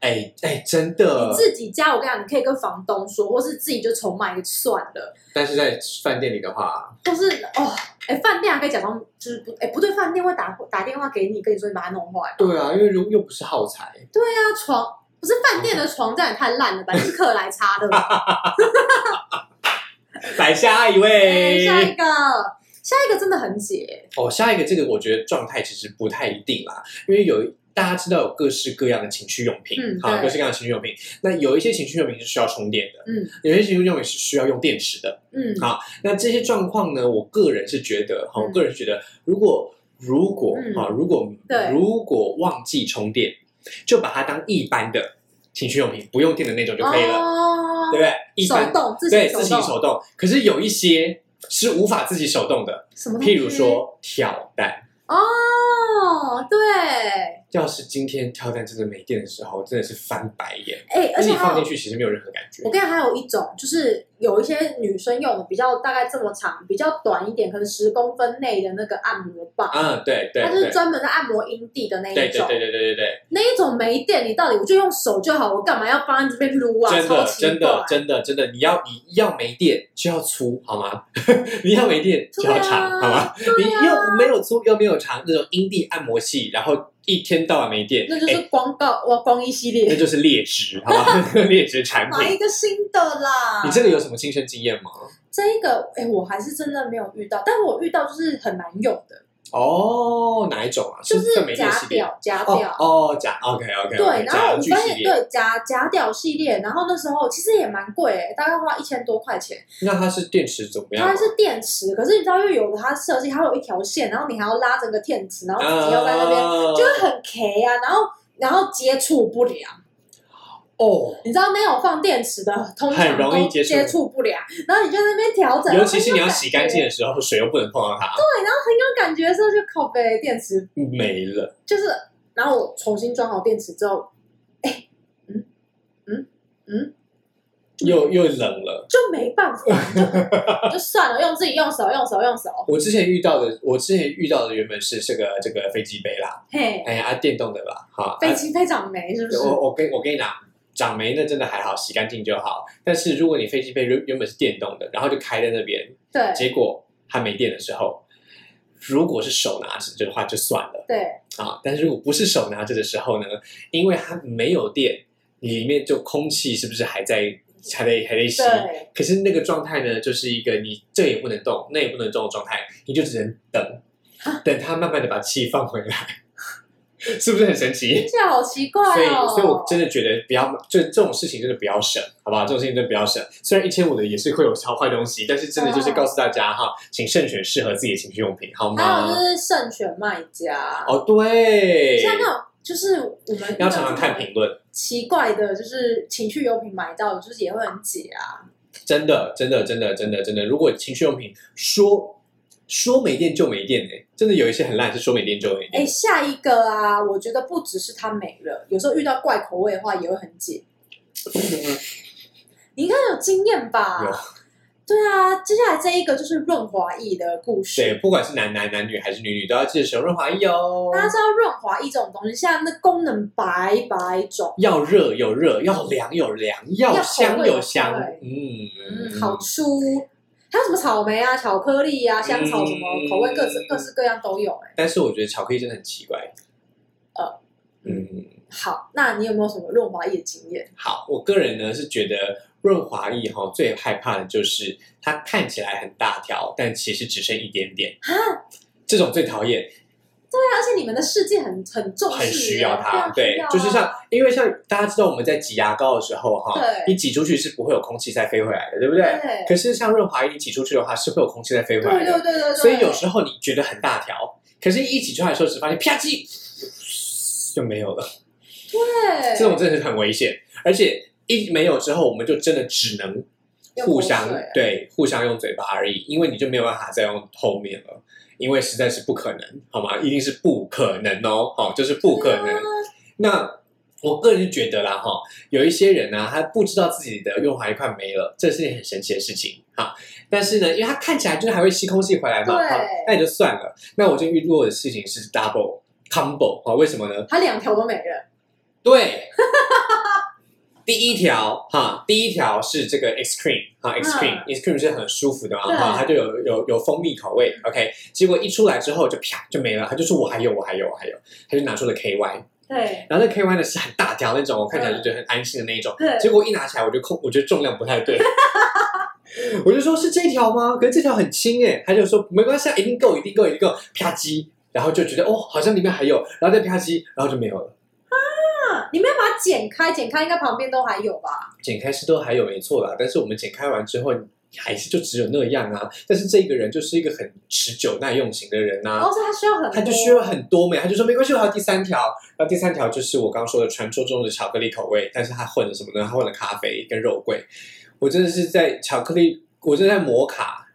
A: 哎哎，真的
B: 你，自己家，我跟你讲，你可以跟房东说，或是自己就重买就算了。
A: 但是在饭店里的话，
B: 但是哦，哎、饭店还可以假装就是不，哎、不对，饭店会打打电话给你，跟你说你把它弄坏。
A: 对啊，因为又又不是耗材，
B: 那啊床不是饭店的
A: 嗯
B: 床，这样也太烂了吧？你是客来擦的 吧？
A: 来下一
B: 哎
A: 位，
B: 下一个，下一个真的很解，
A: 哦，下一个这个我觉得状态其实不太一定啦，因为有大家知道有各式各样的情趣用品，
B: 嗯
A: 好，
B: 对
A: 各式各样的情趣用品，那有一些情趣用品是需要充电的，
B: 嗯，
A: 有些情趣用品是需要用电池的。
B: 嗯，
A: 好那这些状况呢，我个人是觉得，哈，我
B: 嗯
A: 个人觉得，如果如果
B: 嗯
A: 啊，如果
B: 对
A: 如果忘记充电，就把它当一般的情趣用品，不用电的那种就可以了，
B: 哦
A: 对不对？一
B: 手
A: 般
B: 动，自
A: 对
B: 己
A: 自行
B: 动，
A: 手动，可是有一些是无法自己手动的，
B: 什么？
A: 譬如，说跳蛋。
B: 哦，对。
A: 要是今天跳蛋真的没电的时候，真的是翻白眼。
B: 哎、而且
A: 你
B: 还
A: 放进
B: 有，
A: 去其实没有任何感觉
B: 我。跟你讲，还有一种就是有一些女生用的比较大概这么长、比较短一点，可能十公分内的那个按摩棒，
A: 嗯，对对
B: 它就是
A: 对，
B: 专门在按摩阴蒂的那一
A: 对对
B: 种。
A: 对对对对对，
B: 那一种没电，你到底我就用手就好，我干嘛要帮你这边撸啊？
A: 真
B: 超
A: 的
B: 奇怪
A: 真的真的真的，你要你要没电就要粗好吗？ 你要没电就
B: 对
A: 要
B: 啊
A: 长好吗？
B: 对
A: 你
B: 啊，
A: 又没有粗又没有长，那种阴蒂按摩器，然后一天到晚没电，
B: 那就
A: 哎
B: 是广告哇，光一系
A: 那
B: 列
A: 就是劣质，好吧？ 劣质产
B: 买
A: 品。
B: 一啊个新的啦。
A: 你这个有什么亲身经验吗？
B: 这一个，哎、我还是真的没有遇到，但我遇到就是很难用的，
A: 哦，哪一种啊？
B: 就是
A: 这没
B: 假
A: 电系列。
B: 表假
A: 哦
B: 表。
A: 哦，假 OK OK，
B: 对，然后我
A: 剧
B: 发
A: 系
B: 现
A: 列，
B: 对假假屌系列，然后那时候其实也蛮贵、欸，大概花一千多块钱。
A: 那它是电池怎么样啊？
B: 它是电池，可是你知道，因为有的它设计，它会有一条线，然后你还要拉整个电池，然后自己又在那边，
A: 啊
B: 就是很 K 啊，然后然后接触不良。
A: 哦，
B: 你知道没有放电池的，通
A: 很
B: 常
A: 容易
B: 都
A: 接触
B: 接触不良，然后你就在那边调整，
A: 尤其是你要
B: 然后
A: 洗干净的时候，水又不能碰到它，
B: 很有感觉，很有感觉的时候就靠背电池，
A: 没了。
B: 就是然后我重新装好电池之后，哎，嗯嗯嗯，
A: 又又冷了。
B: 就没办法，就 就算了，用自己用手，用手，用手，
A: 我之前遇到的，我之前遇到的原本是这个这个飞机杯啦，
B: 嘿，
A: 哎啊，电动的啦，哈、啊
B: 飞机飞长霉是不是？
A: 我我跟我跟你讲，长霉那真的还好，洗干净就好。但是如果你飞机杯原原本是电动的，然后就开在那边，
B: 对
A: 结果它没电的时候，如果是手拿着的话就算了。
B: 对，
A: 啊，但是如果不是手拿着的时候呢，因为它没有电，你里面就空气是不是还在还在还在吸？
B: 对，
A: 可是那个状态呢，就是一个你这也不能动，那也不能动的状态，你就只能等，
B: 啊
A: 等它慢慢的把气放回 来，是不是很神奇？
B: 听起来好奇怪
A: 所以
B: 哦。，
A: 所以我真的觉得不要，就这种事情真的不要省，好不好？这种事情真的不要省。虽然一千五的也是会有好坏东西，但是真的
B: 嗯
A: 就是告诉大家哈，请慎选适合自己的情趣用品，好
B: 还啊有就
A: 吗？
B: 是慎选卖家，
A: 哦，对，
B: 像那种就是我们
A: 要常常看评论。
B: 奇怪的，就是情趣用品买到的，就是也会很解啊。
A: 真的，真的，真的，真的，真的，如果情趣用品说说没电就没电哎、真的有一些很烂是说没电就没
B: 哎，
A: 电。
B: 下一个啊，我觉得不只是它美了，有时候遇到怪口味的话也会很 解。你应该有经验吧？
A: 有
B: 对啊，接下来这一个就是润滑液的故事。
A: 对，不管是男男、男女还是女女，都要记得使用润滑液哦。
B: 大家知道润滑液这种东西，现在那功能百百种，
A: 要热有热，要凉有凉，要香有香
B: 要口味。
A: 嗯
B: 嗯，好粗。还有什么草莓啊、巧克力啊、香草什么
A: 嗯
B: 口味，各式各式各样都有哎、
A: 但是我觉得巧克力真的很奇怪。
B: 呃
A: 嗯，
B: 好，那你有没有什么润滑液的经验？
A: 好，我个人呢是觉得润滑液哈最害怕的就是它看起来很大条，但其实只剩一点点。
B: 啊，
A: 这种最讨厌，
B: 而且你们的世界很很重视，
A: 很需要它。
B: 非常需
A: 对
B: 要啊，
A: 就是像，因为像大家知道我们在挤牙膏的时候哈，
B: 对
A: 你挤出去是不会有空气再飞回来的，对不对？
B: 对
A: 可是像润滑液，你挤出去的话是会有空气再飞回
B: 对
A: 来
B: 对
A: 的，
B: 对对对，
A: 所以有时候你觉得很大条，可是一挤出来的时候只发现啪叽就没有了。
B: 对
A: 这种真的是很危险，而且一没有之后，我们就真的只能互相
B: 用口水啊
A: 对互相用嘴巴而已，因为你就没有办法再用后面了，因为实在是不可能，好吗？一定是不可能哦，哦，就是不可
B: 啊
A: 能。那我个人是觉得啦，哈，有一些人呢、啊他不知道自己的润滑液快没了，这是件很神奇的事情哈。但是呢，因为他看起来就是还会吸空气回来嘛，
B: 对
A: 哈，那也就算了。那我就遇过的事情是 double combo 啊，为什么呢？
B: 他两条都没认，
A: 对， 第一条哈，第一条是这个 X cream 哈，X
B: 嗯
A: cream，X cream 是很舒服的嘛
B: 对嗯
A: 哈，它就有有有蜂蜜口味，OK，结果一出来之后就啪就没了，他就说我还有我还有我还有，他就拿出了 KY，
B: 对
A: 然后那 KY 呢是很大条那种，我看起来就觉得很安心的那一种，
B: 嗯对，
A: 结果一拿起来我就控，我觉得重量不太 对。我就说是这条吗？可是这条很轻哎，他就说没关系，啊，一定够，一定够，一定够，啪叽，然后就觉得哦，好像里面还有，然后再啪叽，然后就没有了。
B: 啊你们要把它剪开，剪开应该旁边都还有吧？
A: 剪开是都还有没错啦，但是我们剪开完之后，还是就只有那样啊。但是这个人就是一个很持久耐用型的人呐、
B: 然后哦所以它需要很多，
A: 啊他就需要很多美，他就说没关系，我还有第三条。然后第三条就是我刚刚说的传说中的巧克力口味，但是他混了什么呢？他混了咖啡跟肉桂。我真的是在巧克力，我真的在摩卡，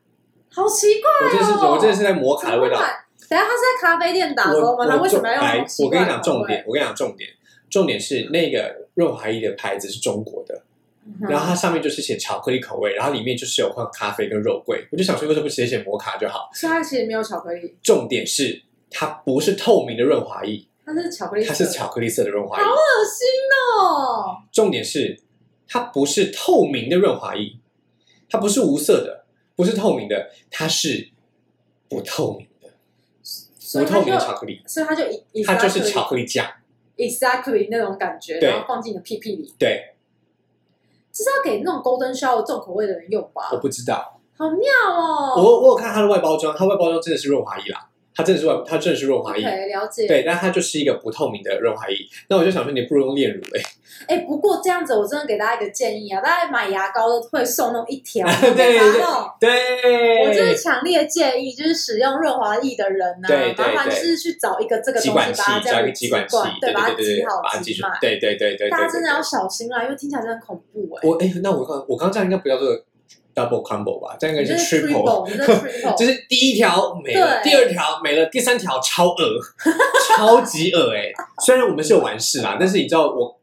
B: 好奇怪
A: 我真的是
B: 哦
A: 我真的是在摩卡的味道。
B: 等一下他是在咖啡店打
A: 我
B: 工吗？他为什么要用
A: 来
B: 那种奇
A: 我跟
B: 怪
A: 你讲
B: 的口
A: 重
B: 味
A: 点，？我跟你讲重点，重点是那个润滑液的牌子是中国的。
B: 嗯
A: 然后它上面就是写巧克力口味，然后里面就是有放咖啡跟肉桂。我就想说，为什么不直接写摩卡就好？
B: 所以它其实没有巧克力，
A: 重点是它不是透明的润滑液，
B: 它是巧克力色，
A: 它是巧克力色的润滑液。
B: 恶心哦！
A: 重点是它不是透明的润滑液，它不是无色的，不是透明的，它是不透明的，
B: 所
A: 不
B: 以它
A: 透明的
B: 就
A: 巧克力，
B: 所以它就 exactly
A: 它就是巧克力酱。
B: exactly 那种感觉，
A: 对
B: 然后放进你的屁屁里，
A: 对，
B: 这是要给那种 golden shower 重口味的人用吧
A: 我？不知道，
B: 好妙哦！
A: 我我有看它的外包装，它外包装真的是润滑液啦，它真的是外，它真的是润滑液。
B: OK，了解。
A: 对，但它就是一个不透明的润滑液。那我就想说，你不如用炼乳嘞、
B: 哎、不过这样子，我真的给大家一个建议啊，大家买牙膏都会送那种一 条，
A: 对对对
B: 然后
A: 对，
B: 我就是强烈建议，就是使用润滑液的人呢、
A: 对对
B: 麻烦就
A: 对
B: 是去找一个这个
A: 吸
B: 东西，
A: 管
B: 把
A: 器
B: 它，这
A: 加一
B: 样
A: 个
B: 子
A: 吸
B: 挤
A: 管器，对
B: 对，把
A: 对
B: 它
A: 对对，
B: 挤
A: 把
B: 好
A: 它挤
B: 挤
A: 出
B: 满，。
A: 对对对对对。
B: 大家真的
A: 对
B: 要。小心啊啦，因为听起来真的很恐怖哎、
A: 对我哎，那我刚我刚这样应该不叫做 double combo 吧？这样应
B: 你
A: 该
B: 这
A: 是 triple。
B: triple，你这 triple，
A: 就是第一条没了，
B: 对
A: 第二条没了，第三条超恶，超级恶哎、 虽然我们是有完事啦，但是你知道我，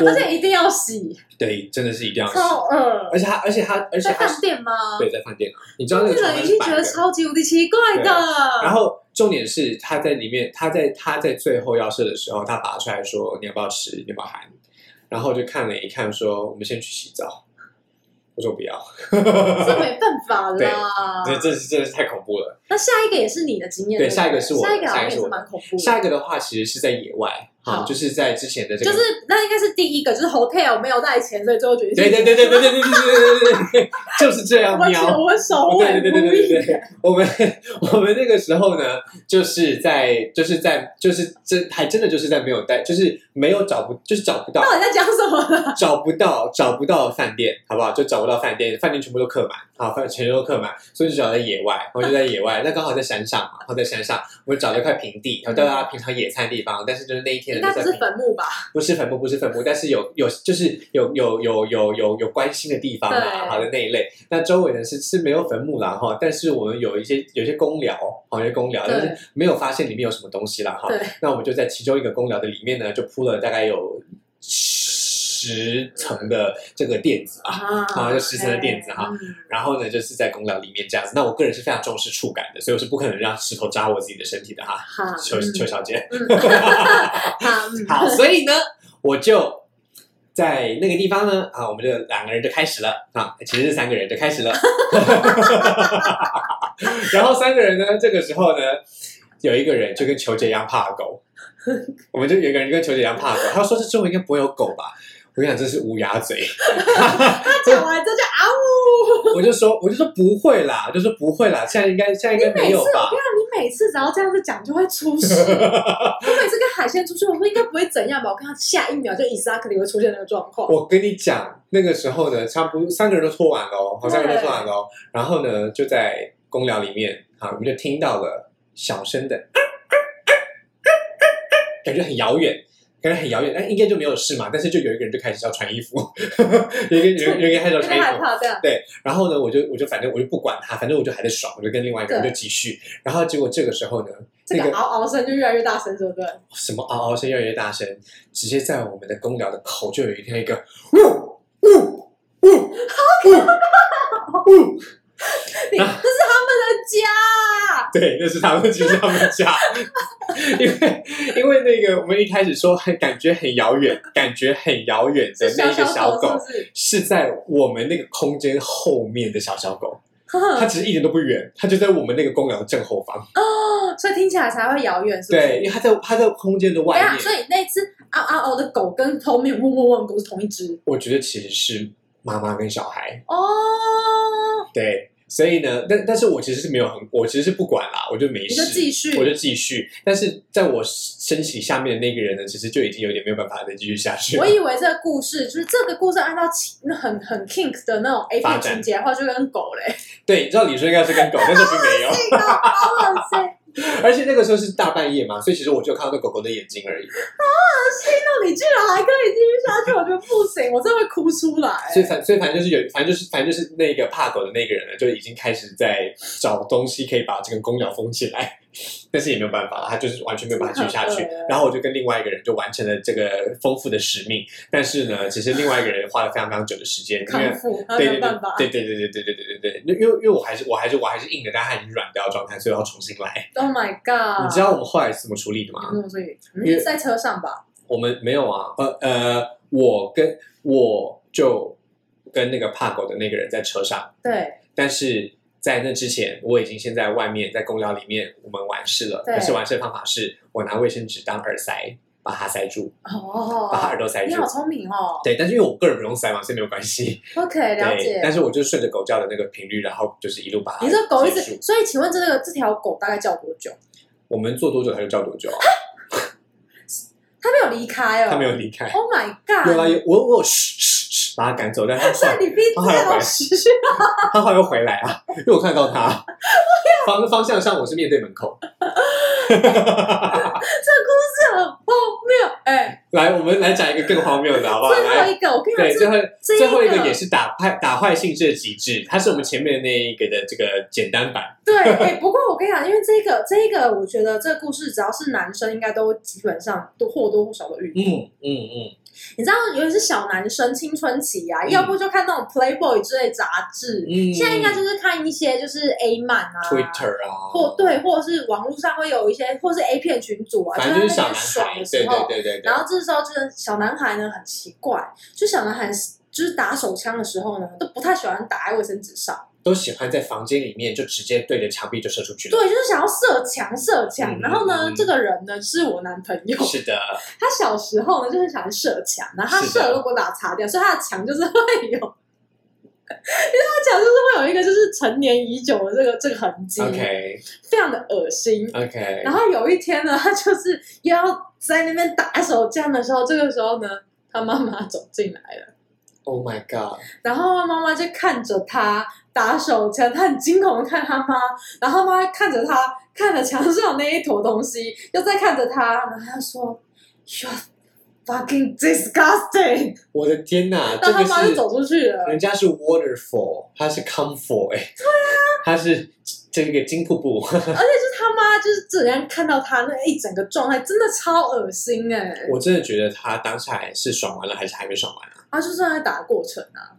A: 我
B: 而且一定要洗，
A: 对真的是一定要洗，
B: 超恶。
A: 而且他而且他而且
B: 在
A: 他
B: 饭店吗？
A: 对在饭店啊，你知道
B: 那
A: 那个
B: 个
A: 床
B: 人
A: 单
B: 已
A: 是
B: 经
A: 白
B: 觉
A: 的啊
B: 得，超级无敌奇怪的。
A: 然后重点是他在里面，他在他在最后要射的时候，他拔出来说：“你要不要吃？你要不要含？”然后我就看了一看，说：“我们先去洗澡。”我说：“不 要，
B: 这没办法
A: 对
B: 啦。
A: 这这是真的是太恐怖了。
B: 那下一个也是你的经验，
A: 对
B: 不
A: 下一个是我的
B: 下一个好
A: 下一
B: 像
A: 个
B: 也
A: 是我
B: 是
A: 的
B: 蛮恐怖”的。
A: 下一个的话其实是在野外，哈，
B: 嗯好
A: 就是在之前的这个，
B: 就是那应该是第一个，就是 hotel 没有带钱，所以最后决定
A: 对对对对对对对对对对对对，就是这样
B: 我们
A: 喵。
B: 我们手
A: 对
B: 尾
A: 对
B: 不
A: 对对对对
B: 易
A: 对，我们我们那个时候呢，就是在就是在就是真还真的就是在没有带，就是没有找不就是找不到，
B: 到底在讲什么呢？
A: 找不到，找不到饭店，好不好？就找不到饭店，饭店全部都客满，好，饭全都客满，所以就找在野外，我就在野外，那刚好在山上嘛，然后在山上，我找了一块平地，然后大家平常野餐的地方，但是就是那一天
B: 应
A: 呢
B: 该
A: 就
B: 不
A: 在
B: 是
A: 平
B: 坟墓吧？
A: 不是坟墓，不是坟墓，但是有有就是有有有有有有关心的地方啦，
B: 对
A: 好的那一类。那周围呢是是没有坟墓啦哈，但是我们有一些有一些公寮，好有一些公寮，
B: 对
A: 但是没有发现里面有什么东西啦哈
B: 对。
A: 那我们就在其中一个公寮的里面呢，就铺了大概有十层的这个垫子啊。
B: 啊
A: 好就十层的垫子哈。
B: 嗯
A: 然后呢，就是在公寮里面这样子。那我个人是非常重视触感的，所以我是不可能让石头扎我自己的身体的哈。
B: 好，
A: 邱邱小姐，
B: 嗯，好， 嗯
A: 好，所以呢，我就在那个地方呢，啊，我们就两个人就开始了啊，其实是三个人就开始了。 然后三个人呢，这个时候呢，有一个人就跟球姐一样怕狗，我们就有一个人就跟球姐一样怕狗，他说这中文应该不会有狗吧？我跟你讲，这是乌鸦嘴。
B: 他讲完这就啊呜！
A: 我就说，我就说不会啦，就说不会啦，现在应该现在应该没有吧？
B: 你每每次只要这样子讲就会 出事。我每次跟海鲜出去，我说应该不会怎样吧，我看他下一秒就 exactly 会出现那个状况。
A: 我跟你讲，那个时候呢，差不多三个人都脱完了哦，好，三个人都脱完了哦。然后呢，就在公聊里面啊，我们就听到了小声的，感觉很遥远，感觉很遥远，但应该就没有事嘛。但是就有一个人就开始要穿衣服， 有一个有一个 有一个人开始要
B: 有
A: 穿
B: 点害
A: 衣服。
B: 怕这样，
A: 对，然后呢，我就我就反正我就不管他，反正我就还在爽，我就跟另外一个人就
B: 对
A: 继续。然后结果这个时候呢，
B: 这
A: 那
B: 个
A: 个
B: 嗷嗷声就越来越大声，对不对？
A: 什么嗷嗷声越来越大声，直接在我们的公聊的口就有一天一个呜呜呜呜呜，啊
B: 你这是他们的家。啊
A: 对，那是他们，其实他们家，因为因为那个我们一开始说很感觉很遥远，感觉很遥远的
B: 是
A: 那个小狗
B: 狗，是不是？
A: 是在我们那个空间后面的小小狗，
B: 呵呵
A: 它其实一点都不远，它就在我们那个公聊的正后方，
B: 哦， 所以听起来才会遥远，是不是？
A: 对，因为它在它在空间的
B: 对
A: 外
B: 啊，
A: 面，
B: 所以那只嗷嗷嗷的狗跟后面嗡嗡嗡的狗是同一只
A: 我觉得其实是妈妈跟小孩。
B: 哦。
A: 对，所以呢，但但是我其实是没有很，我其实是不管啦，我就没
B: 你
A: 事，
B: 就继续，
A: 我就继续。但是在我身体下面的那个人呢，其实就已经有点没有办法再继续下去了
B: 我。以为这个故事就是这个故事，按照起那很很 kink 的那种 A
A: 发
B: P
A: 展
B: 情节的话，就跟狗嘞，
A: 对，你知道李说应该是跟狗，但是并没有，
B: 哇塞，
A: 而且那个时候是大半夜嘛，所以其实我就看到那狗狗的眼睛而已。
B: 那哦你居然还可以继续下去，我觉得不行，我真的会哭出来。
A: 所以反所以反正就是有，反正就是反正就是那个怕狗的那个人呢，就已经开始在找东西可以把这个公鸟封起来，但是也没有办法，他就是完全没有办法继续下去
B: 真的。
A: 然后我就跟另外一个人就完成了这个丰富的使命，但是呢，其实另外一个人花了非常非常久的时间，因为
B: 康。复，然后
A: 对
B: 没
A: 对
B: 有办法，
A: 对对对对对对对对对，因为因为我还是我还是我还是硬的，但他已经软掉的状态，所以我要重新来。
B: Oh my god！
A: 你知道我们后来是怎么处理的吗？
B: 你跟我说一句，
A: 因为
B: 嗯，在车上吧，
A: 我们没有啊，呃呃，我跟我就跟那个怕狗的那个人在车上，
B: 对，
A: 但是在那之前，我已经先在外面在公聊里面我们完事了。
B: 对
A: 但是完事的方法是我拿卫生纸当耳塞，把它塞住，
B: 哦，
A: 把它耳朵塞
B: 你
A: 住。
B: 好聪明哦。
A: 对，但是因为我个人不用塞嘛，所以没有关系。
B: OK，了
A: 对
B: 解，。
A: 但是我就顺着狗叫的那个频率，然后就是一路把它。
B: 你这狗一
A: 塞
B: 直，
A: 住
B: 所以请问这个这条狗大概叫多久？
A: 我们做多久它就叫多久啊？
B: 它没有离开哦，
A: 它没有离开。
B: Oh my
A: 有啊，
B: god！
A: 有我我嘘嘘嘘把它赶走，但 它后
B: 那
A: 来
B: 你必须
A: 它后来回
B: 要
A: 来
B: 实施。
A: 它后来又回来啊， 因为我看到 它方方向上我是面对门口。
B: 这很荒谬。哎，
A: 来，我们来讲一个更荒谬的好不好？
B: 最
A: 来
B: 后，一个，我跟你
A: 对，
B: 讲，
A: 最后
B: 这
A: 最后一
B: 这一
A: 个
B: 个
A: 也是打坏打坏性质的极致，它是我们前面的那一个的这个简单版。
B: 对，哎，不过我跟你讲，因为这个这个，我觉得这个故事只要是男生，应该都基本上都或多或少都遇过。
A: 嗯嗯嗯，
B: 你知道，尤其是小男生青春期啊，
A: 嗯
B: 要不就看那种 Playboy 之类杂志，
A: 嗯
B: 现在应该就是看一些就是 A 漫啊。
A: Twitter 啊，
B: 或，对，或者是网络上会有一些，或是 A 片群组啊，
A: 反正就是
B: 在
A: 小
B: 那
A: 男孩，
B: 边爽的
A: 对
B: 时候
A: 对，对对对
B: 然。后这时候就是小男孩呢很奇怪，就小男孩是就是打手枪的时候呢，都不太喜欢打在卫生纸上，
A: 都喜欢在房间里面就直接对着墙壁就射出去了。
B: 对，就是想要射墙射
A: 嗯
B: 墙。然后呢，
A: 嗯
B: 这个人呢是我男朋友，
A: 是的，
B: 他小时候呢就很喜欢射墙，然后他
A: 是的
B: 射都给我打擦掉，所以他的墙就是会有。因为 他墙就是会有一个就是成年已久的这个这个痕迹
A: OK
B: 非常的恶心。
A: OK，
B: 然后有一天呢， 他就是又要在那边打手枪的时候，这个时候呢，他妈妈走进来了。
A: Oh my God，
B: 然后妈妈就看着他打手枪，他很惊恐的看他妈，然后妈妈看着他，看着墙上那一坨东西，又在看着他，然后他说，You are fucking disgusting，
A: 我的天哪，啊这
B: 然后
A: 个
B: 他妈就是走出去了。
A: 人家是 waterfall，他是 comfort，哎、对啊，他是这个金瀑布。
B: 而且就是他妈就是整个人看到他那一整个状态，真的超恶心哎、
A: 我真的觉得他当下是爽完了，还是还没爽完啊？
B: 他就是在打的过程啊，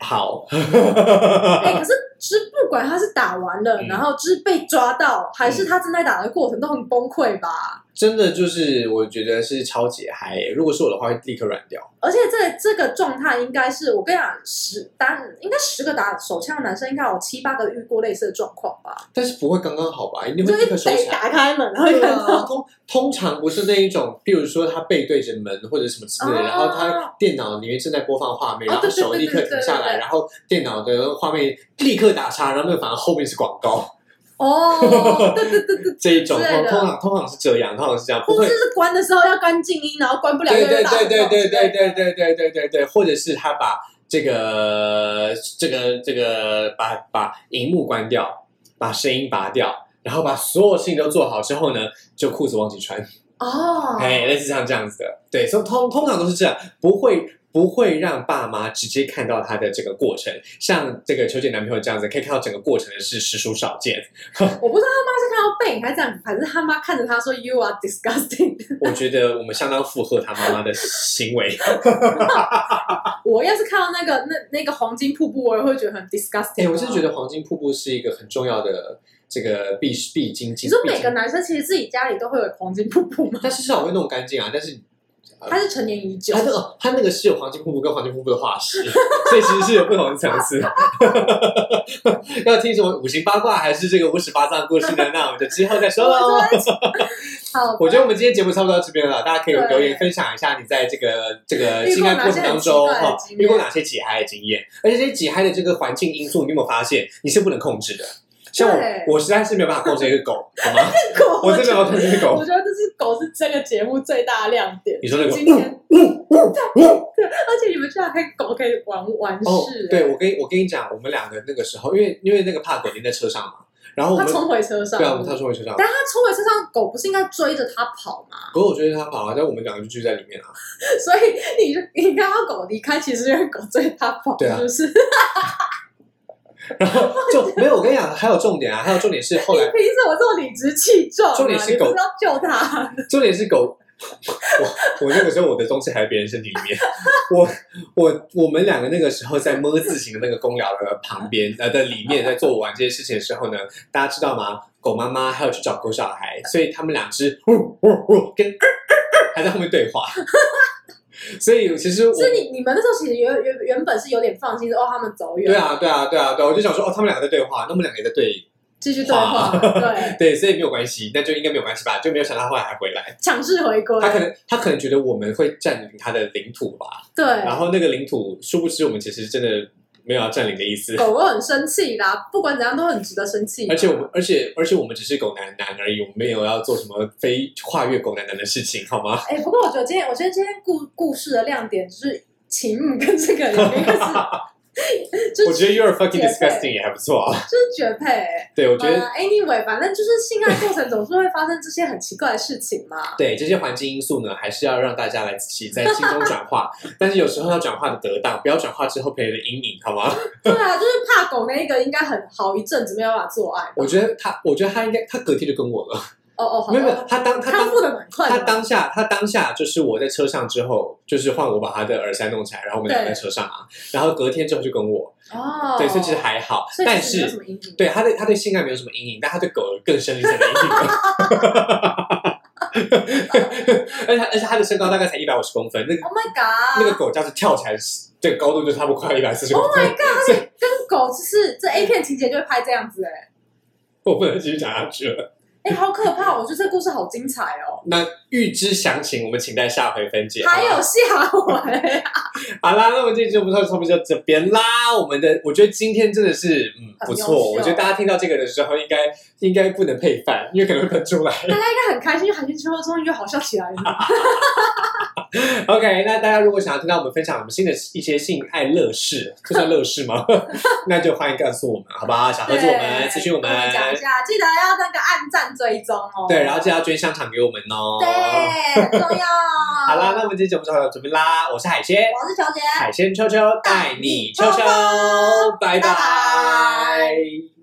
A: 好，
B: 哎、可是就是不管他是打完了，
A: 嗯
B: 然后就是被抓到，还是他正在打的过程，都很崩溃吧。
A: 真的就是我觉得是超级嗨耶。如果是我的话，会立刻软掉。
B: 而且这这个状态应该是我跟你讲，十打应该十个打手枪的男生，应该有七八个遇过类似的状况吧？
A: 但是不会刚刚好吧？一定
B: 就
A: 会
B: 一
A: 立刻收
B: 被
A: 起来。
B: 打开门，然后
A: 对
B: 看
A: 啊，
B: 到
A: 通通常不是那一种，比如说他背对着门或者什么之类的，
B: 哦
A: 然后他电脑里面正在播放画面，
B: 哦
A: 然后
B: 对对
A: 手立刻
B: 对对
A: 停下
B: 对对
A: 来，
B: 对
A: 然后电脑的画面立刻打叉，然后那个反而后面是广告。
B: 哦，对对对对，
A: 这一种
B: 之
A: 通
B: 类的
A: 通常通常是这样，通常是这 样，不
B: 或
A: 会
B: 者。是关的时候要关静音，然后关不了
A: 对
B: 又
A: 对
B: 会打
A: 对
B: 灯
A: 对
B: 泡
A: 对
B: 之
A: 对
B: 类的
A: 对对对对对对，或者是他把这个这个这个把把荧幕关掉，把声音拔掉，然后把所有事情都做好之后呢，就裤子忘记穿。
B: 哦，
A: 哎，类似像这样子的，对，所以通通常都是这样，不会不会让爸妈直接看到他的这个过程。像这个求姐男朋友这样子，可以看到整个过程的是实属少见。
B: 我不知道他妈是看到背影还是这样，反正他妈看着他说 “You are disgusting”。
A: 我觉得我们相当附和他妈妈的行为。
B: 我要是看到那个那那个黄金瀑布，我也会觉得很 disgusting 啊。
A: 哎、我真的觉得黄金瀑布是一个很重要的这个必必经
B: 你
A: 经。
B: 说每
A: 必
B: 个
A: 经，
B: 男生其实自己家里都会有黄金瀑布吗？
A: 但是至少会弄干净啊。但是
B: 他是成年已久
A: 它，那个它那个是有黄金瀑布跟黄金瀑布的化石， 所以其实是有不同的层次。 要听什么五行八卦还是这个五十八藏故事呢？那我们就之后再说 喽。
B: 好吧，
A: 我觉得我们今天节目差不多到这边了，大家可以
B: 对
A: 留言分享一下你在这个这个
B: 遇
A: 性
B: 过
A: 爱
B: 哪
A: 过
B: 些
A: 程
B: 很
A: 当
B: 奇
A: 中
B: 怪的
A: 哈，
B: 经
A: 遇过
B: 验
A: 哪些解嗨的经验，而且这些解嗨的这个环境因素，你有没有发现你是不能控制的？像
B: 对
A: 我，我实在是没有办法控制一个狗，好吗？
B: 狗，
A: 我
B: 觉
A: 真的
B: 得
A: 要控制一个狗
B: 我。觉得这只狗是这个节目最大的亮点。
A: 你说那个嗯
B: 今天，
A: 哦，
B: 而且你们居然还狗可以玩玩事、欸，
A: 对，我跟我跟你讲，我们两个那个时候，因为因为那个帕狗停在车上嘛，然后我
B: 他
A: 们
B: 冲回车上，
A: 对啊，我们他冲回车上，
B: 但他冲回车上，狗不是应该追着他跑吗？
A: 不过我觉得他跑啊，但我们两个就聚在里面啊。
B: 所以你就你看到狗离开，其实就是狗追他跑，
A: 对啊
B: 是不 是？
A: 然后就没有，我跟你讲，还有重点啊，还有重点是后
B: 你
A: 来，
B: 凭什么这么理直气壮、啊？
A: 重点是狗
B: 你不是要救它，
A: 重点是狗。我我那个时候我的东西还在别人身体里面，我我我们两个那个时候在么字形的那个公寮的旁边呃的里面，在做完这些事情的时候呢，大家知道吗？狗妈妈还有去找狗小孩，所以他们两只呜呜呜跟、呃呃呃、还在后面对话，所以其实我
B: 所以你你们那时候其实原原原本是有点放心，说哦他们走远，
A: 对，啊对啊对啊对啊，我就想说哦，他们两个在对话，那我们两个也在对
B: 继续对话，对，
A: 对，所以没有关系，那就应该没有关系吧？就没有想到他后来还回来，
B: 强势回归，
A: 他可能他可能觉得我们会占领他的领土吧，
B: 对，
A: 然后那个领土，殊不知我们其实真的没有要占领的意思，
B: 狗狗很生气啦，不管怎样都很值得生气，
A: 而且我们而且而且我们只是狗男男而已，我们没有要做什么非跨越狗男男的事情，好吗？
B: 哎、不过我觉得今天，我觉得今天故故事的亮点就是秦母跟这个人，一个 是就
A: 我
B: 是
A: 觉得 you're fucking
B: 姐妹
A: disgusting 也还不错啊，
B: 就是绝配、
A: 对我
B: 好
A: 觉得。
B: 了，anyway，反正就是性爱过程总是会发生这些很奇怪的事 情嘛。
A: 对这些环境因素呢，还是要让大家来自己在心中转化，但是有时候要转化的得当，不要转化之后陪的阴影，好 吗？
B: 对啊，就是怕狗那个应该很好一阵子没有办法做爱。
A: 我觉得他，我觉得他应该，他隔天就跟我了，
B: 哦哦，好
A: 没有没
B: 吧，
A: 有，他当他
B: 康
A: 当
B: 复的蛮快
A: 他
B: 的嘛。
A: 当下，他当下就是我在车上之后，就是换我把他的耳塞弄起来，然后我们两个在车上啊，然后隔天之后就跟我，
B: 哦，
A: 对，所以其实，还好，
B: 所以
A: 但
B: 其实没有什
A: 是
B: 么阴影。
A: 对他对他对性爱没有什么阴影，但他对狗有更深一层的阴影了。 而且他而且他的身高大概才一百五十公分，那个、
B: Oh my
A: 那
B: god！
A: 个狗这样子跳起来，这个高度就差不多快一百四十公
B: Oh
A: 分。
B: my god！
A: 所以
B: 跟狗就是这 A 片情节就会拍这样子哎、
A: 我不能继续讲下去了。
B: 哎、好可怕！我觉得这故事好精彩哦，
A: 那预知详情，我们请待下回分解。
B: 还
A: 好吗
B: 有下回。
A: 好啦，那我们这期就不到差不多就这边啦。我们的我觉得今天真的是嗯
B: 很
A: 不
B: 优秀
A: 错，我觉得大家听到这个的时候，应该应该不能配饭，因为可能会喷出来。
B: 很开心，寒暄之后终于又好笑起来了。
A: OK，那大家如果想要听到我们分享我们新的一些性爱乐事，这算乐事 吗？那就欢迎告诉我们，好不好？想合啊作我们，
B: 对
A: 咨询我们
B: 跟，我们讲一下，记得要那个按赞追踪哦。
A: 对，然后记得要捐香肠给我们哦。
B: 对，很重要。
A: 好
B: 好
A: 啦，那我们今天节目就到这边啦。我是海鲜，
B: 我是小姐。
A: 海鲜秋秋带你秋秋，
B: 拜
A: 拜
B: 拜
A: 拜。